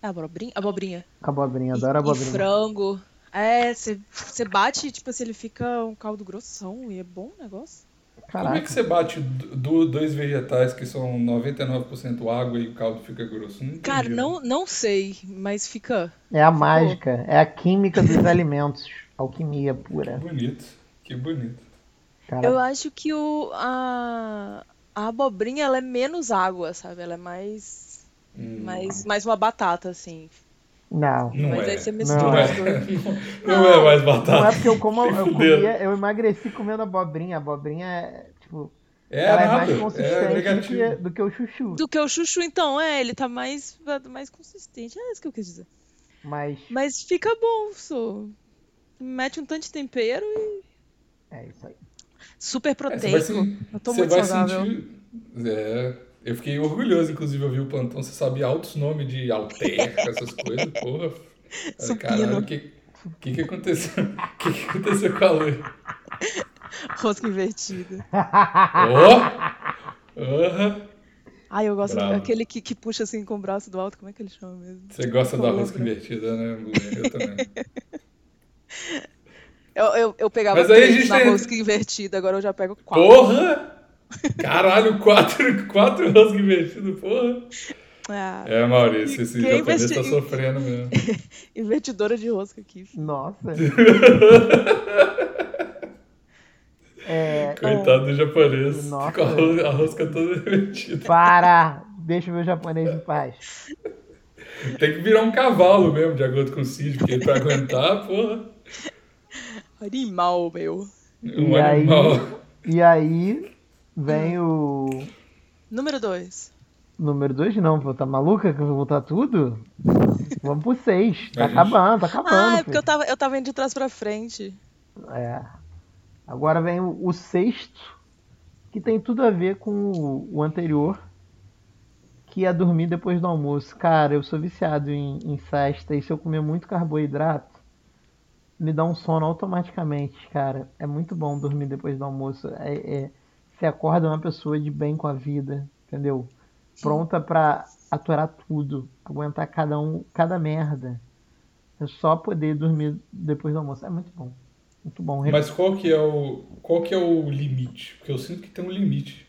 É abobrinha? Abobrinha. Abobrinha, E- adoro E abobrinha. frango. É, você bate, tipo assim, ele fica um caldo grossão e é bom o negócio. Como é que Caraca, você bate do- do- dois vegetais que são 99% água e o caldo fica grosso? Não entendi, Cara, né? não, não sei, mas fica. é a mágica, é a química dos alimentos. Alquimia pura. Que bonito, que bonito. Cara, Eu acho que o, a, a abobrinha ela é menos água, sabe? Ela é mais, mais, mais uma batata, assim. Não. Hum. Não Mas é. aí você Não, mistura é. as duas. Não, é mais batata. Não é porque eu como, Nem eu fudendo. comia, eu emagreci comendo abobrinha. Abobrinha é, tipo, É ela é nada. mais é consistente do, negativo. que, do que o chuchu. Do que o chuchu, então, é, ele tá mais, mais consistente. É isso que eu quis dizer. Mas Mas fica bom, sou. Mete um tanto de tempero e é isso aí. super É, você vai, proteico. sen- Eu tô você muito vai saudável. sentir. É, eu fiquei orgulhoso, inclusive, eu vi o plantão. Você sabia altos nomes de Alter, essas coisas, porra. Supino. Caralho, o que, que, que aconteceu? O que, que aconteceu com a luz? Rosca invertida. Ó! Aham. Ai, eu gosto Bravo. daquele que, que puxa assim com o braço do alto. Como é que ele chama mesmo? Você gosta da Cobra. rosca invertida, né, mulher? Eu também. Eu, eu, eu pegava Mas aí a três gente na tem- rosca invertida, agora eu já pego quatro. Porra! Caralho, quatro, quatro rosca invertida, porra. Ah, É, Maurício, esse Quem japonês tá investi- sofrendo mesmo. Invertidora de rosca aqui. Nossa. É, É. Coitado do japonês. Nossa. Com a ro- a rosca toda invertida. Para! Deixa o meu japonês em paz. Tem que virar um cavalo mesmo, de acordo com o Cid, porque pra aguentar, porra, Animal, meu. um E aí? animal. E aí vem o Número dois. número 2, não, pô. Tá maluca que eu vou botar tudo? Vamos pro 6. Tá Mas- acabando, tá acabando. Ah, é porque filho. eu tava, eu tava indo de trás pra frente. É. Agora vem o, o sexto, que tem tudo a ver com o, o anterior, que é dormir depois do almoço. Cara, eu sou viciado em, em cesta e se eu comer muito carboidrato, me dá um sono automaticamente, cara. É muito bom dormir depois do almoço. É, é- você acorda uma pessoa de bem com a vida, entendeu? Pronta pra aturar tudo, aguentar cada um, cada merda. É só poder dormir depois do almoço. É muito bom. Muito bom. Mas qual que é o qual que é o limite? Porque eu sinto que tem um limite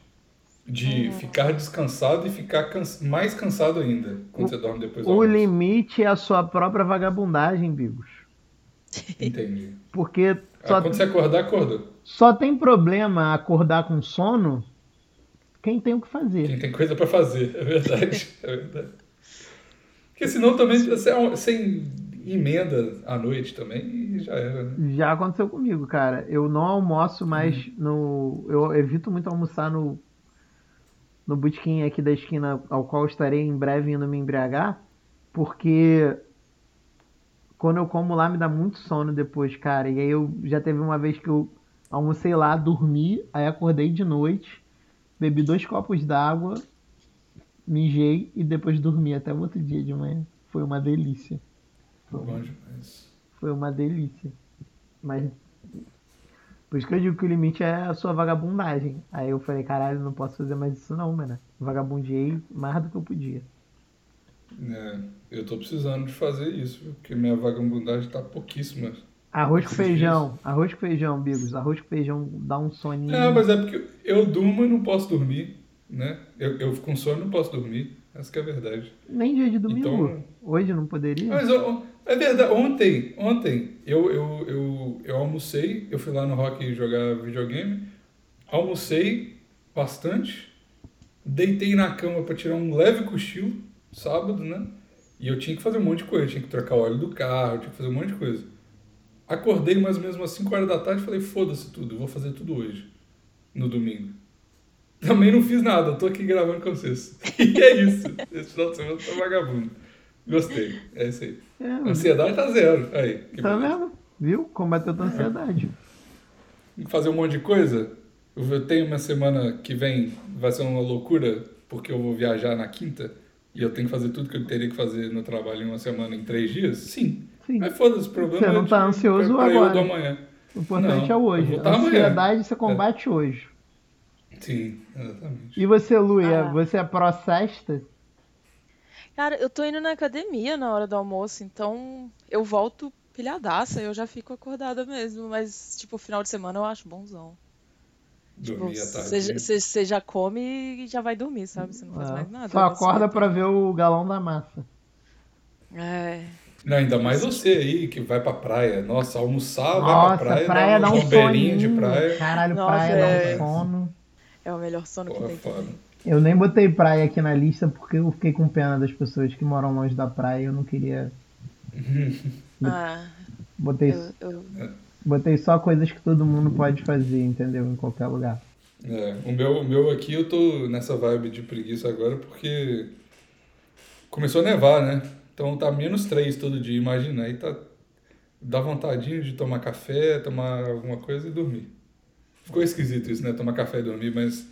de ficar descansado e ficar cans- mais cansado ainda quando você dorme depois do O almoço. limite é a sua própria vagabundagem, Bigos. Entendi. Porque Ah, só, quando você acordar, acordou. só tem problema acordar com sono quem tem o que fazer. Quem tem coisa pra fazer, é verdade. É verdade. Porque senão também você, é um- você emenda à noite também e já era, né? Já aconteceu comigo, cara. Eu não almoço mais no. Eu evito muito almoçar no. No botequim aqui da esquina, ao qual eu estarei em breve indo me embriagar, porque quando eu como lá me dá muito sono depois, cara. E aí eu já teve uma vez que eu almocei lá, dormi, aí acordei de noite, bebi dois copos d'água, mijei e depois dormi até o outro dia de manhã. Foi uma delícia. Bom demais. Foi uma delícia. Mas. Por isso que eu digo que o limite é a sua vagabundagem. Aí eu falei, caralho, não posso fazer mais isso não, mano. Vagabundei mais do que eu podia. É, eu tô precisando de fazer isso, viu? porque minha vagabundagem tá pouquíssima. Arroz com Esses dias. feijão. Arroz com feijão, Bigos. Arroz com feijão dá um soninho. Ah, mas é porque eu durmo e não posso dormir, né? Eu, eu fico com sono e não posso dormir. Essa que é a verdade. Nem dia de domingo. Então- Hoje não poderia? Mas eu- é verdade, ontem, ontem, eu, eu, eu, eu almocei, eu fui lá no Rock jogar videogame, almocei bastante, deitei na cama pra tirar um leve cochilo, sábado, né? E eu tinha que fazer um monte de coisa, tinha que trocar o óleo do carro, tinha que fazer um monte de coisa. Acordei mais ou menos umas 5 horas da tarde e falei, foda-se tudo, eu vou fazer tudo hoje, no domingo. Também não fiz nada, eu tô aqui gravando com vocês. E é isso, esse final de semana eu tô vagabundo. Gostei, é isso aí. É, A Ansiedade tá zero. Aí, que tá beleza. vendo? Viu? Combateu tua ansiedade. Fazer um monte de coisa. Eu vou- tenho uma semana que vem, vai ser uma loucura, porque eu vou viajar na quinta e eu tenho que fazer tudo que eu teria que fazer no trabalho em uma semana, em três dias? Sim. Sim. Mas foda-se, o problema Você não é de- tá ansioso pra- pra eu agora. do amanhã. O importante Não, é o eu hoje. vou A tá amanhã. ansiedade você combate hoje. Sim, exatamente. E você, Luia, Ah. você é pró-sexta? Cara, eu tô indo na academia na hora do almoço, então eu volto pilhadaça, eu já fico acordada mesmo, mas tipo, final de semana eu acho bonzão. Tipo, Dormir à você tarde. já- você você já come e já vai dormir, sabe? Você não faz É. mais nada. Só mas- acorda pra ver o galão da massa. É. Não, ainda mais você aí que vai pra praia. Nossa, almoçar, vai Nossa, pra praia, praia, dá um bombeirinho soninho. de praia. Caralho, Nossa, praia é. dá um sono. É o melhor sono que Porra, tem foda. também. Eu nem botei praia aqui na lista porque eu fiquei com pena das pessoas que moram longe da praia. Eu não queria Ah, Botei, eu, eu- botei só coisas que todo mundo pode fazer, entendeu? Em qualquer lugar. É, o meu, o meu aqui eu tô nessa vibe de preguiça agora porque começou a nevar, né? Então tá menos 3 todo dia, imagina. Aí tá. Dá vontadinho de tomar café, tomar alguma coisa e dormir. Ficou esquisito isso, né? Tomar café e dormir, mas.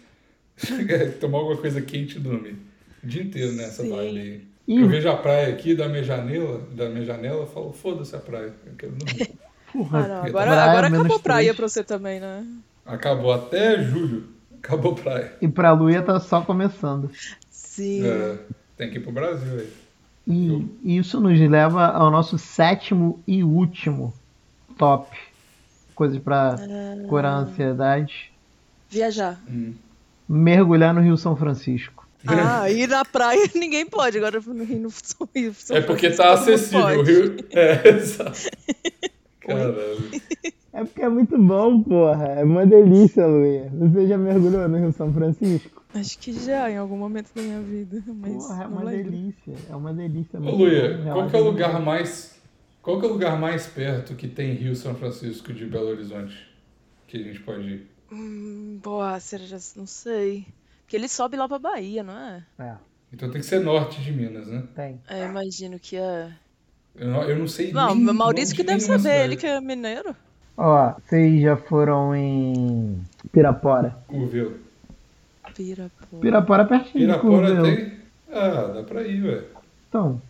é, tomar alguma coisa quente e dormir. O dia inteiro nessa Sim. vibe aí. Ih. Eu vejo a praia aqui da minha janela, da minha janela, eu falo, foda-se a praia, eu quero dormir. ah, Porra, não, Praia, agora, agora menos acabou a praia três. pra você também, né? Acabou até julho, acabou praia. e pra Luia tá só começando. Sim. É, tem que ir pro Brasil aí. E isso nos leva ao nosso sétimo e último top. Coisas pra Ah. curar a ansiedade. Viajar. Mergulhar no Rio São Francisco. É. Ah, ir na praia ninguém pode. Agora no Rio, no São Rio, São É porque Francisco, tá todo acessível. mundo O pode. Rio. É, exato. Caralho. É porque é muito bom, porra. É uma delícia, Luia. Você já mergulhou no Rio São Francisco? Acho que já, em algum momento da minha vida. Mas Porra, é não uma lembro. delícia. É uma delícia. Ô, Luia, qual que é o lugar mais. Qual que é o lugar mais perto que tem Rio São Francisco de Belo Horizonte? Que a gente pode ir? Hum, Boa, será já não sei. Porque ele sobe lá pra Bahia, não é? É, Então tem que ser norte de Minas, né? tem. É, imagino que é. Eu não, eu não sei. Não, nem Maurício nome que de deve nenhuma saber, ele que cidade. é mineiro. Ó, vocês já foram em Pirapora? é Curvelo. Pirapora. Pirapora é pertinho de Pirapora Curvelo. tem. Ah, dá pra ir, ué. Então,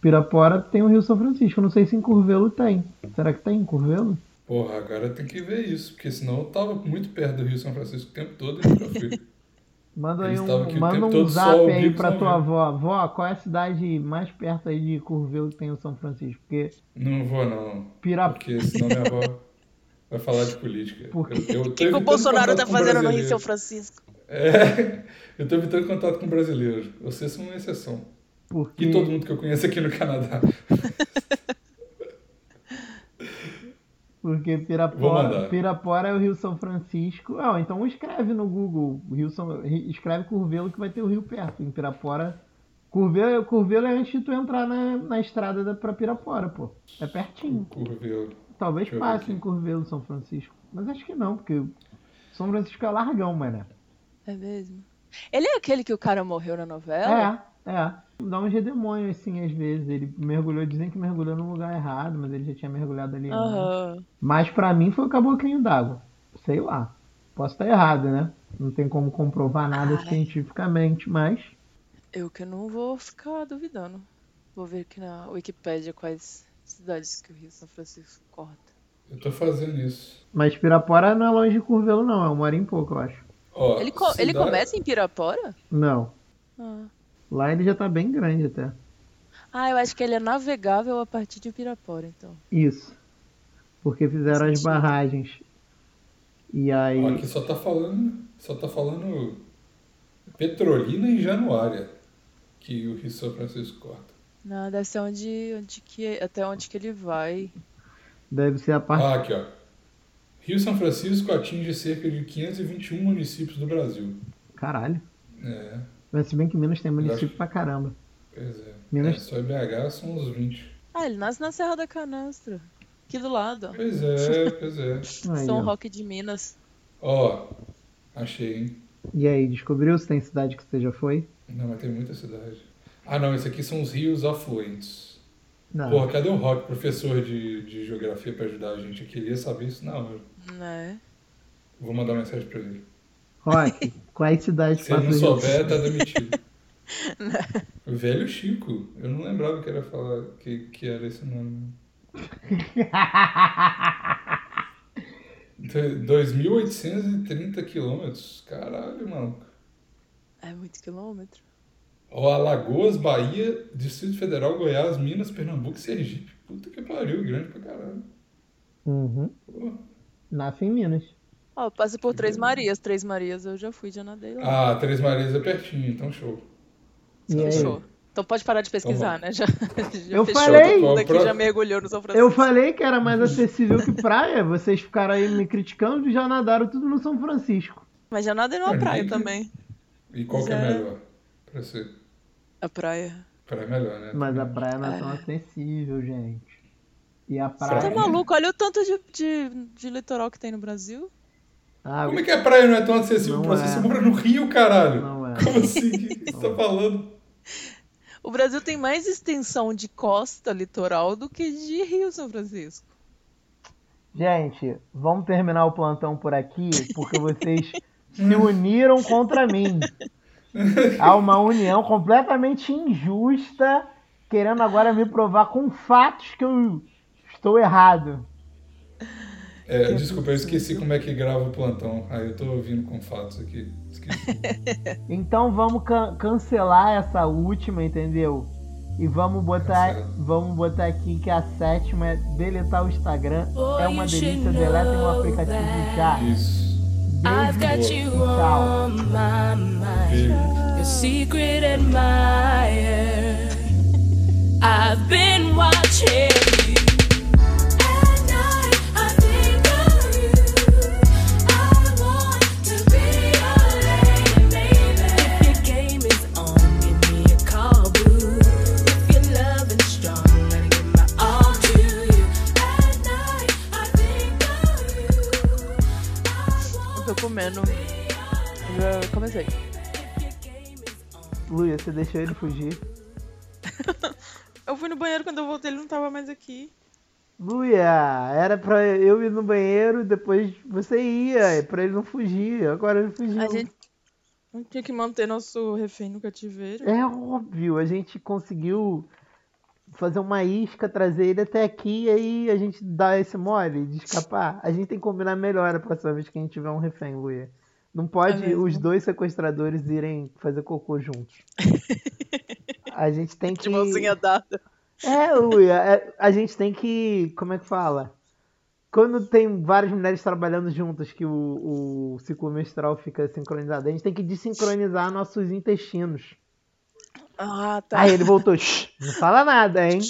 Pirapora tem o Rio São Francisco. Eu Não sei se em Curvelo tem. Será que tem em Curvelo? Porra, agora tem que ver isso, porque senão eu tava muito perto do Rio São Francisco o tempo todo e nunca fui. Manda aí Eles estavam aqui um, o manda tempo um todo, zap só o aí Bico pra não tua viu. avó. Avó, qual é a cidade mais perto aí de Curvelo que tem o São Francisco? Porque Não vou, não. Pirapora. Porque senão minha avó vai falar de política. Por quê? Eu- eu tô O que, que o evitando Bolsonaro tá contato com fazendo no Rio brasileiro. São Francisco? É, eu tô evitando contato com brasileiros. Vocês são uma exceção. Porque Hum. E todo mundo que eu conheço aqui no Canadá. Porque Vou Pirapora, mandar. Pirapora é o Rio São Francisco. Ah, então escreve no Google. Rio São, Ri- escreve Curvelo que vai ter o rio perto. Em Pirapora. Curvelo, Curvelo é antes de tu entrar na, na estrada da, pra Pirapora, pô. É pertinho. Curvelo. Talvez Deixa eu ver passe aqui. em Curvelo São Francisco. Mas acho que não, porque São Francisco é largão, mané. É mesmo? Ele é aquele que o cara morreu na novela? É, é. Dá uns redemônios, assim, às vezes. Ele mergulhou, dizem que mergulhou no lugar errado, mas ele já tinha mergulhado ali né? antes. Aham. Mas pra mim foi o caboclinho d'água. Sei lá. Posso estar errado, né? Não tem como comprovar nada Ai. cientificamente, mas. Eu que não vou ficar duvidando. Vou ver aqui na Wikipédia quais cidades que o Rio São Francisco corta. Eu tô fazendo isso. Mas Pirapora não é longe de Curvelo, não. É uma hora em pouco, eu acho. Ó, Ah, Ele, co- ele cidade- começa em Pirapora? Não. Ah. Lá ele já tá bem grande até. Ah, eu acho que ele é navegável a partir de Pirapora, então. Isso. Porque fizeram as Sentido. barragens. E aí. Ó, aqui só tá falando. Só tá falando Petrolina e Januária. Que o Rio São Francisco corta. Não, deve ser onde, onde que, até onde que ele vai. Deve ser a parte. Ah, aqui, ó. Rio São Francisco atinge cerca de 521 municípios do Brasil. Caralho. É, Mas se bem que Minas tem município acho- pra caramba. pois é. Minas- É, só em BH são uns 20. Ah, ele nasce na Serra da Canastra. Aqui do lado, ó. Pois é, pois é. Aí, São ó. Roque de Minas. Ó, achei, hein? E aí, descobriu se tem cidade que você já foi? Não, mas tem muita cidade. Ah, não, esse aqui são os rios afluentes. Não. Porra, cadê o Rock, professor de, de geografia, pra ajudar a gente? Eu queria saber isso na hora. Né? Vou mandar mensagem pra ele. Rock, quais cidades Se ele não passa o Rio? souber, tá demitido. O Velho Chico. Eu não lembrava que era, falar, que, que era esse nome. Do- 2.830 quilômetros. Caralho, maluco. É muito quilômetro. Ó, Alagoas, Bahia, Distrito Federal, Goiás, Minas, Pernambuco e Sergipe. Puta que pariu, grande pra caralho. Uhum. Porra. Nasce em Minas. Ó, passa por Três Marias. Três Marias eu já fui, já nadei lá. Ah, Três Marias é pertinho, então show. E aí? Fechou. Então pode parar de pesquisar, né? Já, já Eu fechou falei! tudo aqui, Pro- já mergulhou no São Francisco. Eu falei que era mais acessível que praia. Vocês ficaram aí me criticando e já nadaram tudo no São Francisco. Mas é já nadei numa Pra praia mim, também. E qual que é Zero. melhor pra você? A praia. Praia é melhor, né? Mas a praia não é tão acessível, gente. E a praia. Você Tá maluco? Olha o tanto de, de, de litoral que tem no Brasil. Ah, Como é que a praia não é tão acessível Não pra você? é. Você mora no Rio, caralho. Não é. Como assim? O que você tá falando? O Brasil tem mais extensão de costa litoral do que de Rio São Francisco. Gente, vamos terminar o plantão por aqui, porque vocês se uniram contra mim. Há uma união completamente injusta, querendo agora me provar com fatos que eu estou errado. É, desculpa, eu esqueci como é que grava o plantão. Aí eu tô ouvindo com fatos aqui. Esqueci. Então vamos can- cancelar essa última, entendeu? E vamos botar, Cancela. vamos botar aqui que a sétima é deletar o Instagram. É uma you should delícia, deletem o know aplicativo that. já. Isso. I've got Beijo, you tchau. on my mind. Beijo. Your secret admirer. I've been watching you. At night, I think of you. I want to be your lady, baby. If your game is on, give me a call, boo. If your love is strong, let me give my all to you. At night, I think of you. I Eu want tô comendo. Já comecei. your game is Luia, você deixou ele fugir. Eu fui no banheiro quando eu voltei, ele não tava mais aqui. Luia, era pra eu ir no banheiro e depois você ia, é pra ele não fugir. Agora ele fugiu. A gente não tinha que manter nosso refém no cativeiro. É óbvio, a gente conseguiu fazer uma isca, trazer ele até aqui e aí a gente dá esse mole de escapar. A gente tem que combinar melhor a próxima vez que a gente tiver um refém, Luia. Não pode É mesmo. os dois sequestradores irem fazer cocô juntos. A gente tem que. De mãozinha dada. É, Luia, é- a gente tem que. Como é que fala? Quando tem várias mulheres trabalhando juntas, que o, o ciclo menstrual fica sincronizado, a gente tem que desincronizar nossos intestinos. Ah, tá. Aí ele voltou, "Shh, não fala nada, hein?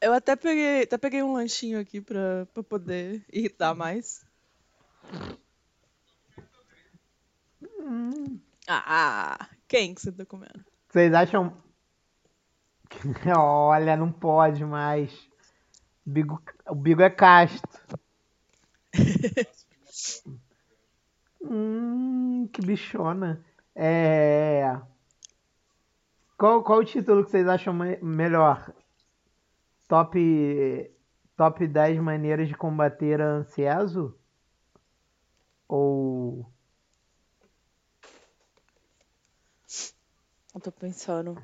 Eu até peguei, até peguei um lanchinho aqui pra, pra poder irritar mais. Hum. Ah, quem que você tá comendo? Vocês acham. Olha, não pode mais. Bigo- O Bigo é casto. hum, que bichona. É. Qual, qual o título que vocês acham me- melhor? Top. Top 10 maneiras de combater a ansioso? Ou. Eu tô pensando.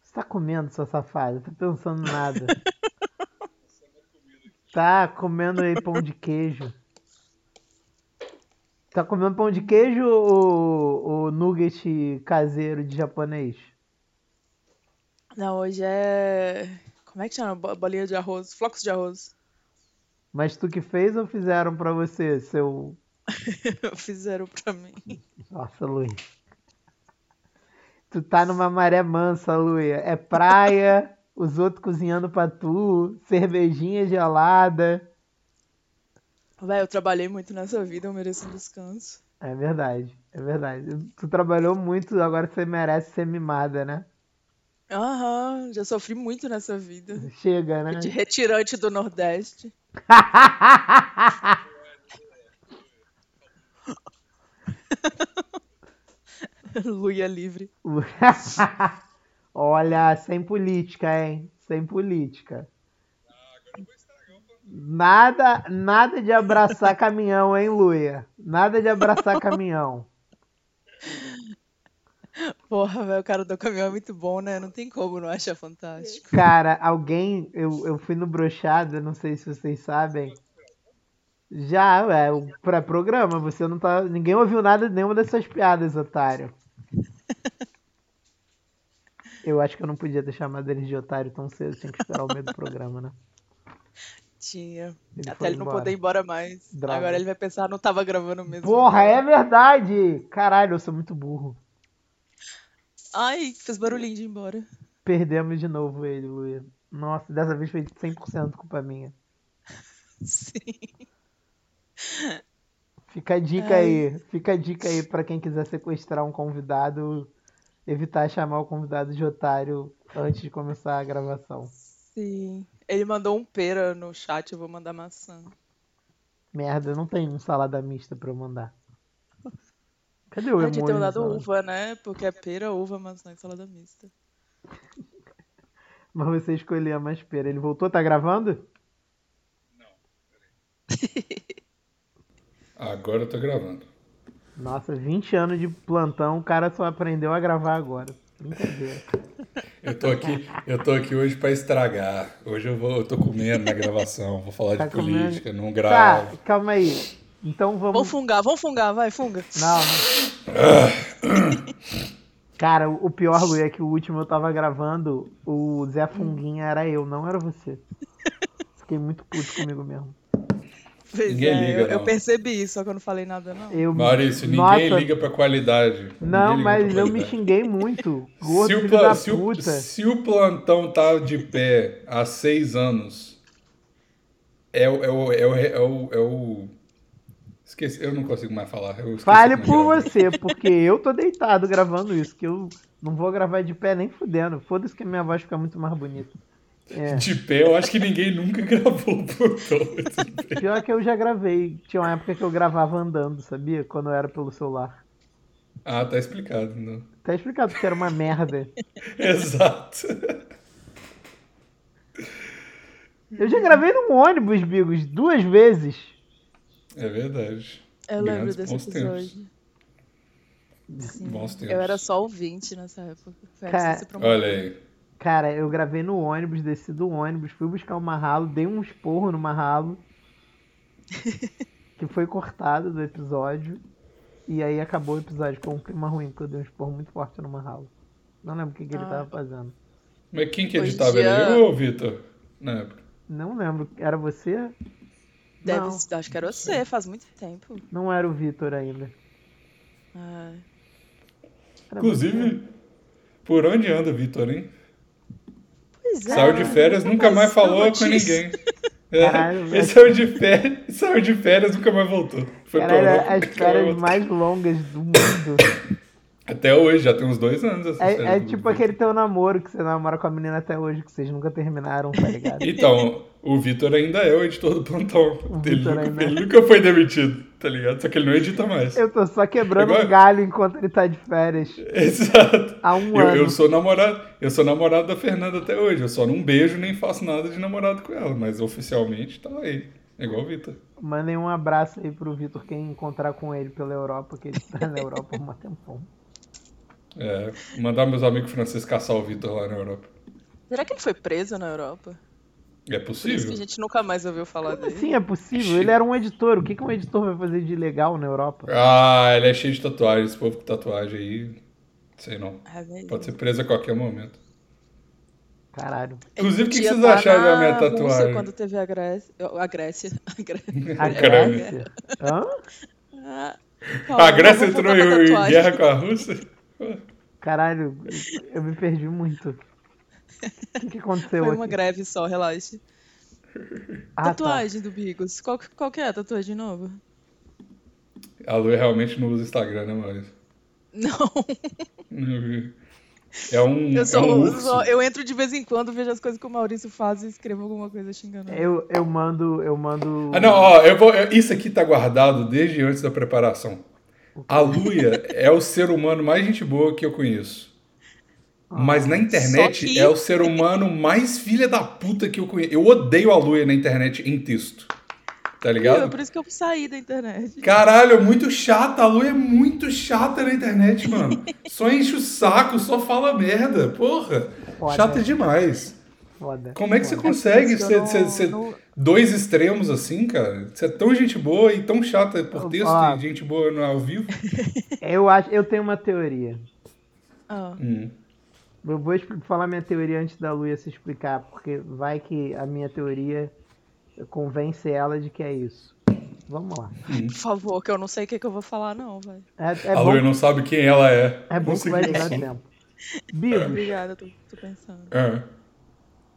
Você tá comendo, sua safada? Tá pensando em nada. Tá comendo aí pão de queijo. Tá comendo pão de queijo ou, ou nugget caseiro de japonês? Não, hoje é. Como é que chama? Bo- Bolinha de arroz. Flocos de arroz. Mas tu que fez ou fizeram pra você, seu. Fizeram pra mim. Nossa, Luiz. Tu tá numa maré mansa, Luia. É praia, os outros cozinhando pra tu, cervejinha gelada. Véi, eu trabalhei muito nessa vida, eu mereço um descanso. É verdade, é verdade. Tu trabalhou muito, agora você merece ser mimada, né? Aham, já sofri muito nessa vida. Chega, né? De retirante do Nordeste. Luia livre. Olha, sem política, hein? Sem política. Nada, nada de abraçar caminhão, hein, Luia? Nada de abraçar caminhão. Porra, velho, o cara do caminhão é muito bom, né? Não tem como não achar fantástico. Cara, alguém, eu, eu fui no Brochado, não sei se vocês sabem. Já, é, o pré-programa, você não tá. Ninguém ouviu nada, nenhuma dessas piadas, otário. Eu acho que eu não podia ter chamado ele de otário tão cedo, tinha que esperar o meio do programa, né? É. Tinha. Ele Até foi ele não embora. poder ir embora mais. Droga. Agora ele vai pensar, não tava gravando mesmo. Porra, é verdade! Caralho, eu sou muito burro. Ai, fez barulhinho de ir embora. Perdemos de novo ele, Luia. Nossa, dessa vez foi 100% culpa minha. Sim. Fica Fica a dica aí. Fica a dica aí pra quem quiser sequestrar um convidado, evitar chamar o convidado de otário antes de começar a gravação. Sim. Ele mandou um pera no chat, eu vou mandar maçã. Merda, não tem um salada mista pra eu mandar. Cadê o Eu emoji? tinha ter mandado salada? uva, né? Porque é pera, uva, maçã e salada mista. Mas você escolheu a mais pera. Ele voltou, tá gravando? Agora eu tô gravando. Nossa, 20 anos de plantão, o cara só aprendeu a gravar agora. Brincadeira. Eu tô aqui, eu tô aqui hoje pra estragar. Hoje eu vou, eu tô comendo na gravação, vou falar Tá de comendo? política, não Tá, gravo. calma aí. Então Vamos vamos. fungar, vamos fungar, vai, funga. Não. não. Cara, o pior, Lu, é que o último eu tava gravando, o Zé Funguinha era eu, não era você. Fiquei muito puto comigo mesmo. Pois Ninguém é, liga, eu, eu não. percebi isso, só que eu não falei nada, não. Eu, Maurício, ninguém Nossa, liga pra qualidade. Ninguém Não, liga mas pra eu me qualidade. xinguei muito. Gordo, se o, filho plan- da se o- puta. se o plantão tá de pé há seis anos, é o. É o, é o, é o, é o- Esqueci, eu não consigo mais falar. eu esqueci Fale como é por que era. você, porque eu tô deitado gravando isso, que eu não vou gravar de pé nem fudendo. Foda-se que minha voz fica muito mais bonita. É. De pé, eu acho que ninguém nunca gravou o plantão. Pior que eu já gravei. Tinha uma época que eu gravava andando, sabia? Quando eu era pelo celular. Ah, tá explicado, não. Tá explicado que era uma merda. Exato. Eu já gravei num ônibus, Bigos, duas vezes. É verdade. Eu lembro Grandes desse bons tempos. episódio. Bons tempos. Eu era só ouvinte nessa época. Foi Cara, assim, se promoveu. Olha aí. Cara, eu gravei no ônibus, desci do ônibus, fui buscar o Marralo, dei um esporro no Marralo, que foi cortado do episódio. E aí acabou o episódio com um clima ruim, porque eu dei um esporro muito forte no Marralo. Não lembro o que, que ele Ah. tava fazendo. Mas quem que Hoje em editava ele? dia- Eu ou o Vitor? Na época. Não lembro. Era você? Deve, Não, acho que era você, faz muito tempo. não era o Vitor ainda. Ah, É. Era você. Inclusive, por onde anda o Vitor, hein? Pois é. Saiu de férias, nunca mais falou com ninguém. É, Caralho, ele mas- saiu de férias, saiu de férias, nunca mais voltou. Foi Cara, pra Europa, era as nunca mais férias voltou. mais longas do mundo. Até hoje, já tem uns dois anos essa É, férias é do tipo Vitor. aquele teu namoro que você namora com a menina até hoje, que vocês nunca terminaram, tá ligado? Então, o Vitor ainda é o editor do plantão. O Ele Vitor nunca, ainda é. ele nunca foi demitido, tá ligado? Só que ele não edita mais. Eu tô só quebrando Agora- um galho enquanto ele tá de férias. Exato. Há um eu, ano. eu sou namorado, eu sou namorado da Fernanda até hoje. Eu só não beijo nem faço nada de namorado com ela, mas oficialmente tá aí. É igual o Vitor. Mandem um abraço aí pro Vitor, quem encontrar com ele pela Europa, que ele tá na Europa há um tempão. É, mandar meus amigos franceses caçar o Vitor lá na Europa. Será que ele foi preso na Europa? É Por isso que possível? a gente nunca mais ouviu falar Como dele. assim é possível? Ele era um editor. O que, que um editor vai fazer de legal na Europa? Ah, ele é cheio de tatuagem. Esse povo com tatuagem aí. Sei não. Ah, velho. Pode ser preso a qualquer momento. Caralho. Inclusive, o que que Podia vocês tá acharam da na minha Rússia tatuagem? quando teve a Grécia. A Grécia. A Grécia. A Caralho. Grécia. Hã? Ah, A calma, Grécia eu vou entrou voltar pra em, tatuagem. guerra com a Rússia? Caralho, eu me perdi muito. O que, que aconteceu Foi uma aqui? greve só, relaxa. Ah, tá. tatuagem do Bigos. Qual, que- qual que é a tatuagem nova? A Lu realmente não usa Instagram, né, Maurício? Não, Não vi. É um, eu só, é um uso- urso. só- eu entro de vez em quando, vejo as coisas que o Maurício faz e escrevo alguma coisa xingando. ele. Eu, eu mando. Eu mando. Ah, não, ó, eu vou, eu- isso aqui tá guardado desde antes da preparação. A Luia é o ser humano mais gente boa que eu conheço. Mas na internet Ah, Só que- é o ser humano mais filha da puta que eu conheço. Eu odeio a Luia na internet em texto. Tá É ligado? por isso que eu saí da internet. Caralho, é muito chata. A Lu é muito chata na internet, mano. Só enche o saco, só fala merda. Porra. Foda. Chata demais. Foda. Como é que você foda. consegue Eu ser, não- ser- ser não- dois extremos assim, cara? Você é tão gente boa e tão chata por Eu- texto ó. e gente boa no ao vivo. Eu, acho, eu tenho uma teoria. Ah, Hum. Eu vou expli- falar minha teoria antes da Luia se explicar, porque vai que a minha teoria convence ela de que é isso. Vamos lá. por favor, que eu não sei o que, que eu vou falar, não, velho. É, é a bom, Lu não sabe quem ela é. é bom Não que sei vai quem eu dar sou. tempo. Bigos, Obrigada, tô, tô pensando. É.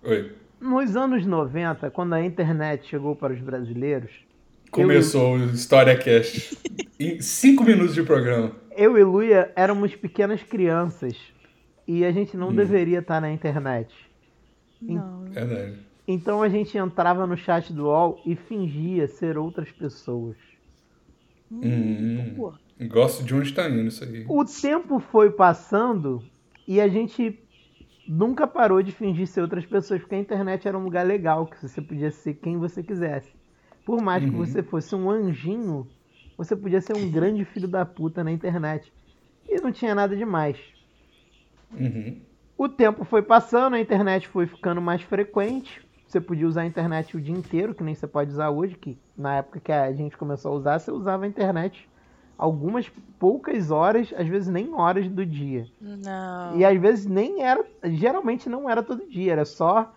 Oi. nos anos 90, quando a internet chegou para os brasileiros, Começou o História Cast. em cinco minutos de programa. Eu e Luia éramos pequenas crianças e a gente não Hum. deveria estar na internet. Não. É verdade. Então a gente entrava no chat do UOL e fingia ser outras pessoas. Hum, Pô, gosto de onde tá indo isso aí. O tempo foi passando e a gente nunca parou de fingir ser outras pessoas, porque a internet era um lugar legal, que você podia ser quem você quisesse. Por mais que Uhum. você fosse um anjinho, você podia ser um grande filho da puta na internet. E não tinha nada demais. Uhum. O tempo foi passando, a internet foi ficando mais frequente. Você podia usar a internet o dia inteiro, que nem você pode usar hoje, que na época que a gente começou a usar, você usava a internet algumas poucas horas, às vezes nem horas do dia. Não. E às vezes nem era, geralmente não era todo dia, era só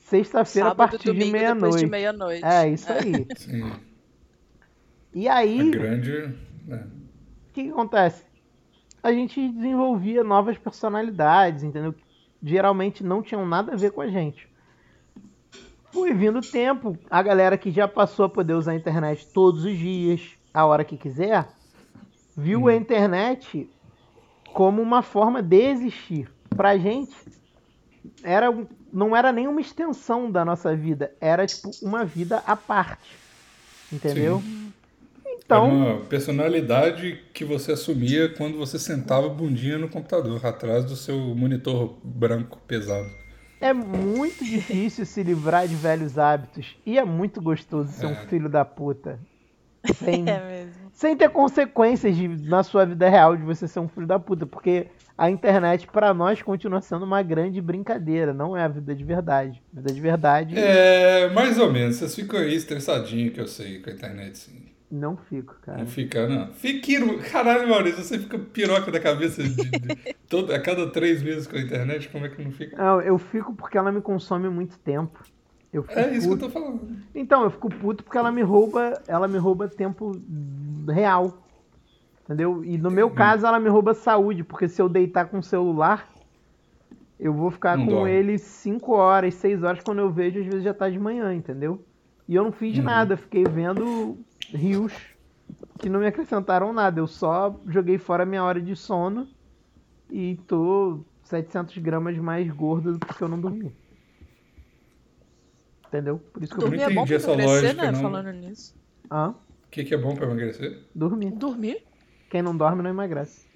sexta-feira a Sábado, partir domingo, de depois de meia-noite. meia-noite. É, isso aí. Sim. E A aí, o grande. é. que, que acontece? A gente desenvolvia novas personalidades, entendeu? Que Geralmente não tinham nada a ver com a gente. Foi vindo o tempo, a galera que já passou a poder usar a internet todos os dias, a hora que quiser, viu Uhum. a internet como uma forma de existir. Pra gente, era, um- não era nenhuma extensão da nossa vida, era tipo uma vida à parte. Entendeu? Então. Era É uma personalidade que você assumia quando você sentava a bundinha no computador, atrás do seu monitor branco pesado. É muito difícil se livrar de velhos hábitos e é muito gostoso ser um É. filho da puta. Sem, É mesmo. sem ter consequências de- na sua vida real de você ser um filho da puta, porque a internet pra nós continua sendo uma grande brincadeira, não é a vida de verdade. A vida de verdade É, mais ou menos. Vocês ficam aí estressadinhos que eu sei com a internet, sim. não fico, cara. Não fica, não. Fiquiro. Caralho, Maurício, você fica piroca da cabeça de, de- todo- a cada três meses com a internet, como é que não fica? Não, eu fico porque ela me consome muito tempo. Eu fico É isso que eu puto. tô falando. Então, eu fico puto porque ela me rouba, ela me rouba tempo real. Entendeu? E no meu Hum. caso, ela me rouba saúde, porque se eu deitar com o celular, eu vou ficar Não com dorme. ele 5 horas, 6 horas, quando eu vejo, às vezes já tá de manhã, entendeu? E eu não fiz Uhum. nada, eu fiquei vendo rios que não me acrescentaram nada. Eu só joguei fora a minha hora de sono e tô 700 gramas mais gordo do que eu não dormi. Entendeu? Por isso que eu Dormi- Dormir não é bom entendi pra essa emagrecer, lógica, né? não. Falando nisso. Hã? O que, que é bom pra emagrecer? Dormir. Dormir? Quem não dorme não emagrece.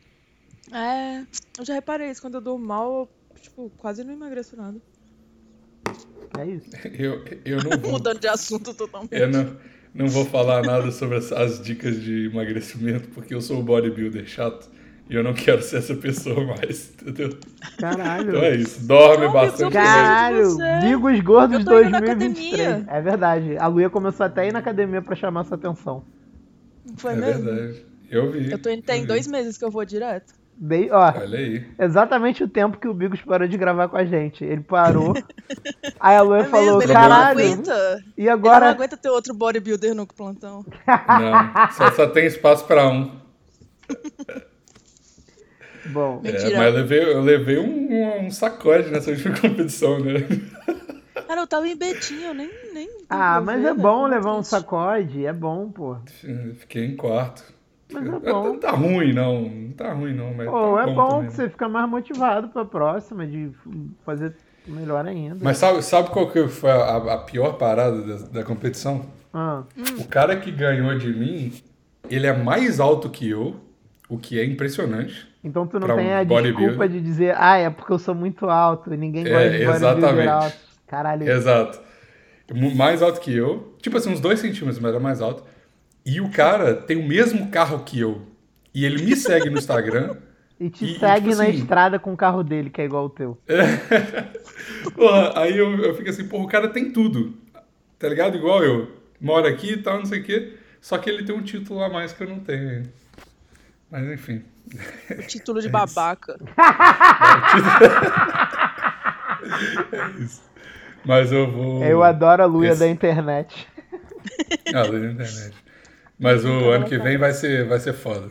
É. Eu já reparei isso. Quando eu durmo mal, eu, tipo, quase não emagreço nada. É isso. Eu, eu não vou. Mudando de assunto totalmente. Eu não, não vou falar nada sobre as, as dicas de emagrecimento, porque eu sou o bodybuilder chato e eu não quero ser essa pessoa mais, entendeu? Então é Caralho. isso. Dorme Não, bastante. eu sou- bem. Caralho, você. Bigos Gordos Eu tô indo na 2023. academia. É verdade. A Luia começou até a ir na academia pra chamar sua atenção. Foi É mesmo? verdade. Eu vi. Eu tô indo tem vi. dois meses que eu vou direto. Dei, ó, Olha aí. exatamente o tempo que o Bigos parou de gravar com a gente. Ele parou. aí a É Luia falou: ele não caralho, aguenta. e Agora... não agora? aguenta ter outro bodybuilder no plantão. Não, só, só tem espaço pra um. Bom, É, Mentira. mas eu levei, eu levei um, um- um sacode nessa última competição, né? Cara, eu tava em Betim, eu nem. nem ah, vou mas ver, é bom velho. levar um sacode. É bom, pô. Fiquei em quarto. Mas é Não bom. tá ruim, não. Não tá ruim, não. Mas Pô, tá é bom também, que né? você fica mais motivado pra próxima de fazer melhor ainda. Mas sabe, sabe qual que foi a, a pior parada da, da competição? Ah, O cara que ganhou de mim, ele é mais alto que eu, o que é impressionante. então tu não Pra tem um a desculpa bodybuilder. de dizer, ah, é porque eu sou muito alto e ninguém É, gosta de bodybuilder exatamente. alto. Caralho, Exato. Mu- Mais alto que eu. Tipo assim, uns dois centímetros, mas era mais alto. E o cara tem o mesmo carro que eu. E ele me segue no Instagram. e te e- e, segue tipo na assim- estrada com o carro dele, que é igual o teu. Porra, aí eu, eu fico assim, porra, o cara tem tudo. Tá ligado? Igual eu. Mora aqui e tal, não sei o quê. Só que ele tem um título a mais que eu não tenho. Mas enfim. O título de babaca. Mas eu vou. Eu adoro a Luia esse- da internet. Ah, lei da internet. Mas o ano que vem vai ser, vai ser foda.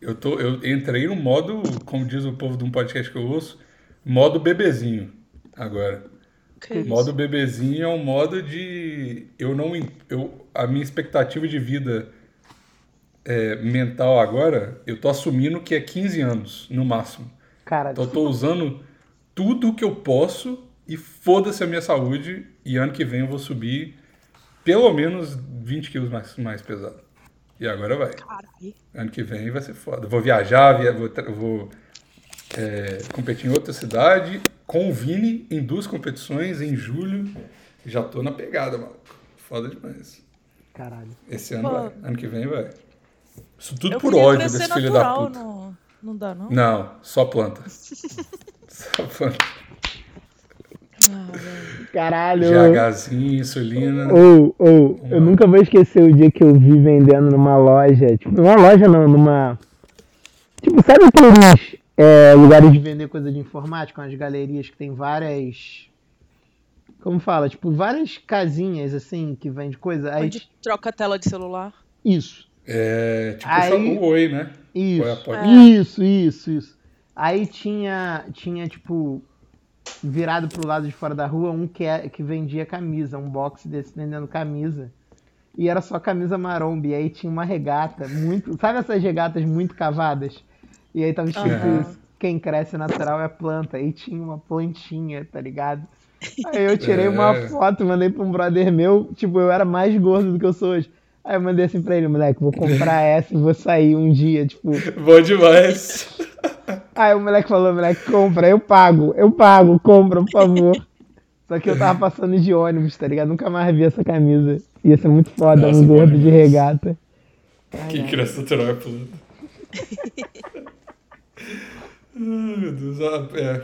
Eu, tô, eu entrei no modo, como diz o povo de um podcast que eu ouço, modo bebezinho agora. Que isso? Hum. Modo bebezinho é um modo de eu não im- eu a minha expectativa de vida é, mental agora, eu tô assumindo que é 15 anos, no máximo. Cara, Então eu tô usando tudo que eu posso e foda-se a minha saúde. E ano que vem eu vou subir pelo menos 20 quilos mais, mais pesado. E agora vai. Caralho. Ano que vem vai ser foda. Vou viajar, via- vou, tra- vou, é, competir em outra cidade com o Vini em duas competições em julho. Já tô na pegada, mano. Foda demais. caralho. Esse ano Pô. vai. Ano que vem vai. Isso tudo Eu por queria ódio crescer desse filho da natural, puta. Não, não dá, não? Não, só planta. só planta. Ah, velho. Caralho. GHzinho, insulina. Ou, ou, eu nunca vou esquecer o dia que eu vi vendendo numa loja, tipo, numa loja não, numa. Tipo, sabe aqueles é, lugares de vender coisa de informática, umas galerias que tem várias. Como fala? Tipo, várias casinhas assim que vende coisa. Aí, Onde troca a tela de celular. isso. É, tipo Aí- o Oi, né? Qual é a Isso. porta? Isso, isso, isso. Aí tinha, tinha tipo, virado pro lado de fora da rua, um que, é- que vendia camisa, um box desse vendendo camisa. E era só camisa maromba. E aí tinha uma regata, muito. Sabe essas regatas muito cavadas? E aí tava escrito Aham. isso. Quem cresce natural é planta. E tinha uma plantinha, tá ligado? Aí eu tirei uma É. foto, mandei pra um brother meu. Tipo, eu era mais gordo do que eu sou hoje. Aí eu mandei assim pra ele, moleque, vou comprar essa e vou sair um dia, tipo. Bom demais. Aí o moleque falou, moleque, compra, eu pago, eu pago, compra, por favor. Só que eu tava passando de ônibus, tá ligado? Nunca mais vi essa camisa. Ia ser muito foda, Nossa, um gordo mano. de regata. Quem cresce natural é planta. Ai, meu Deus. Ah, é.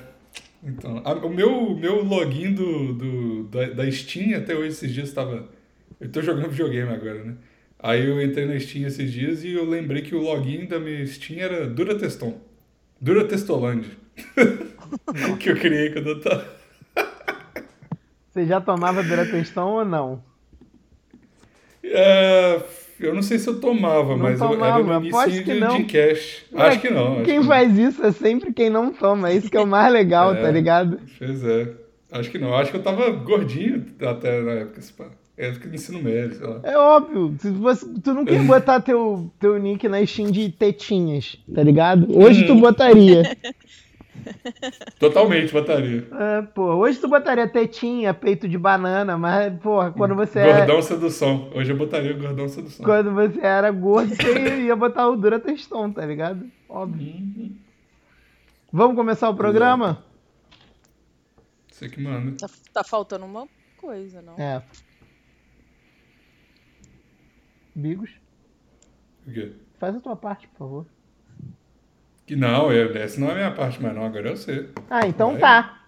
Então, a- o meu, meu login do, do- da, da Steam até hoje, esses dias, tava. Eu tô jogando videogame agora, né? Aí eu entrei na Steam esses dias e eu lembrei que o login da minha Steam era Dura Teston. Dura Testoland. que eu criei quando eu tava. Você já tomava Durateston ou não? É, eu não sei se eu tomava, mas eu- era tomava, no aposto início que de, não. de cash. Moleque, acho que não. acho Quem que faz isso é sempre quem não toma. É isso que é o mais legal, É. tá ligado? Não. Pois é. Acho que não. Acho que eu tava gordinho até na época. se pá. É Época do ensino médio, sei lá. É óbvio. Se você- tu não quer botar teu, teu nick na Steam de tetinhas, tá ligado? Hoje Hum. tu botaria. Totalmente botaria. Ah, pô, hoje tu botaria tetinha, peito de banana, mas, porra, quando você é. Gordão sedução. Hoje eu botaria o gordão sedução. Quando você era gordo, você ia botar o Dura Teston, tá ligado? Óbvio. Uhum. Vamos começar o programa? Você que manda. Tá, tá faltando uma coisa, não? É. Bigos, O quê? faz a tua parte, por favor. Que é tá. não, eu, essa não é a minha parte mais não. Agora eu sei. Ah, então Vai. tá.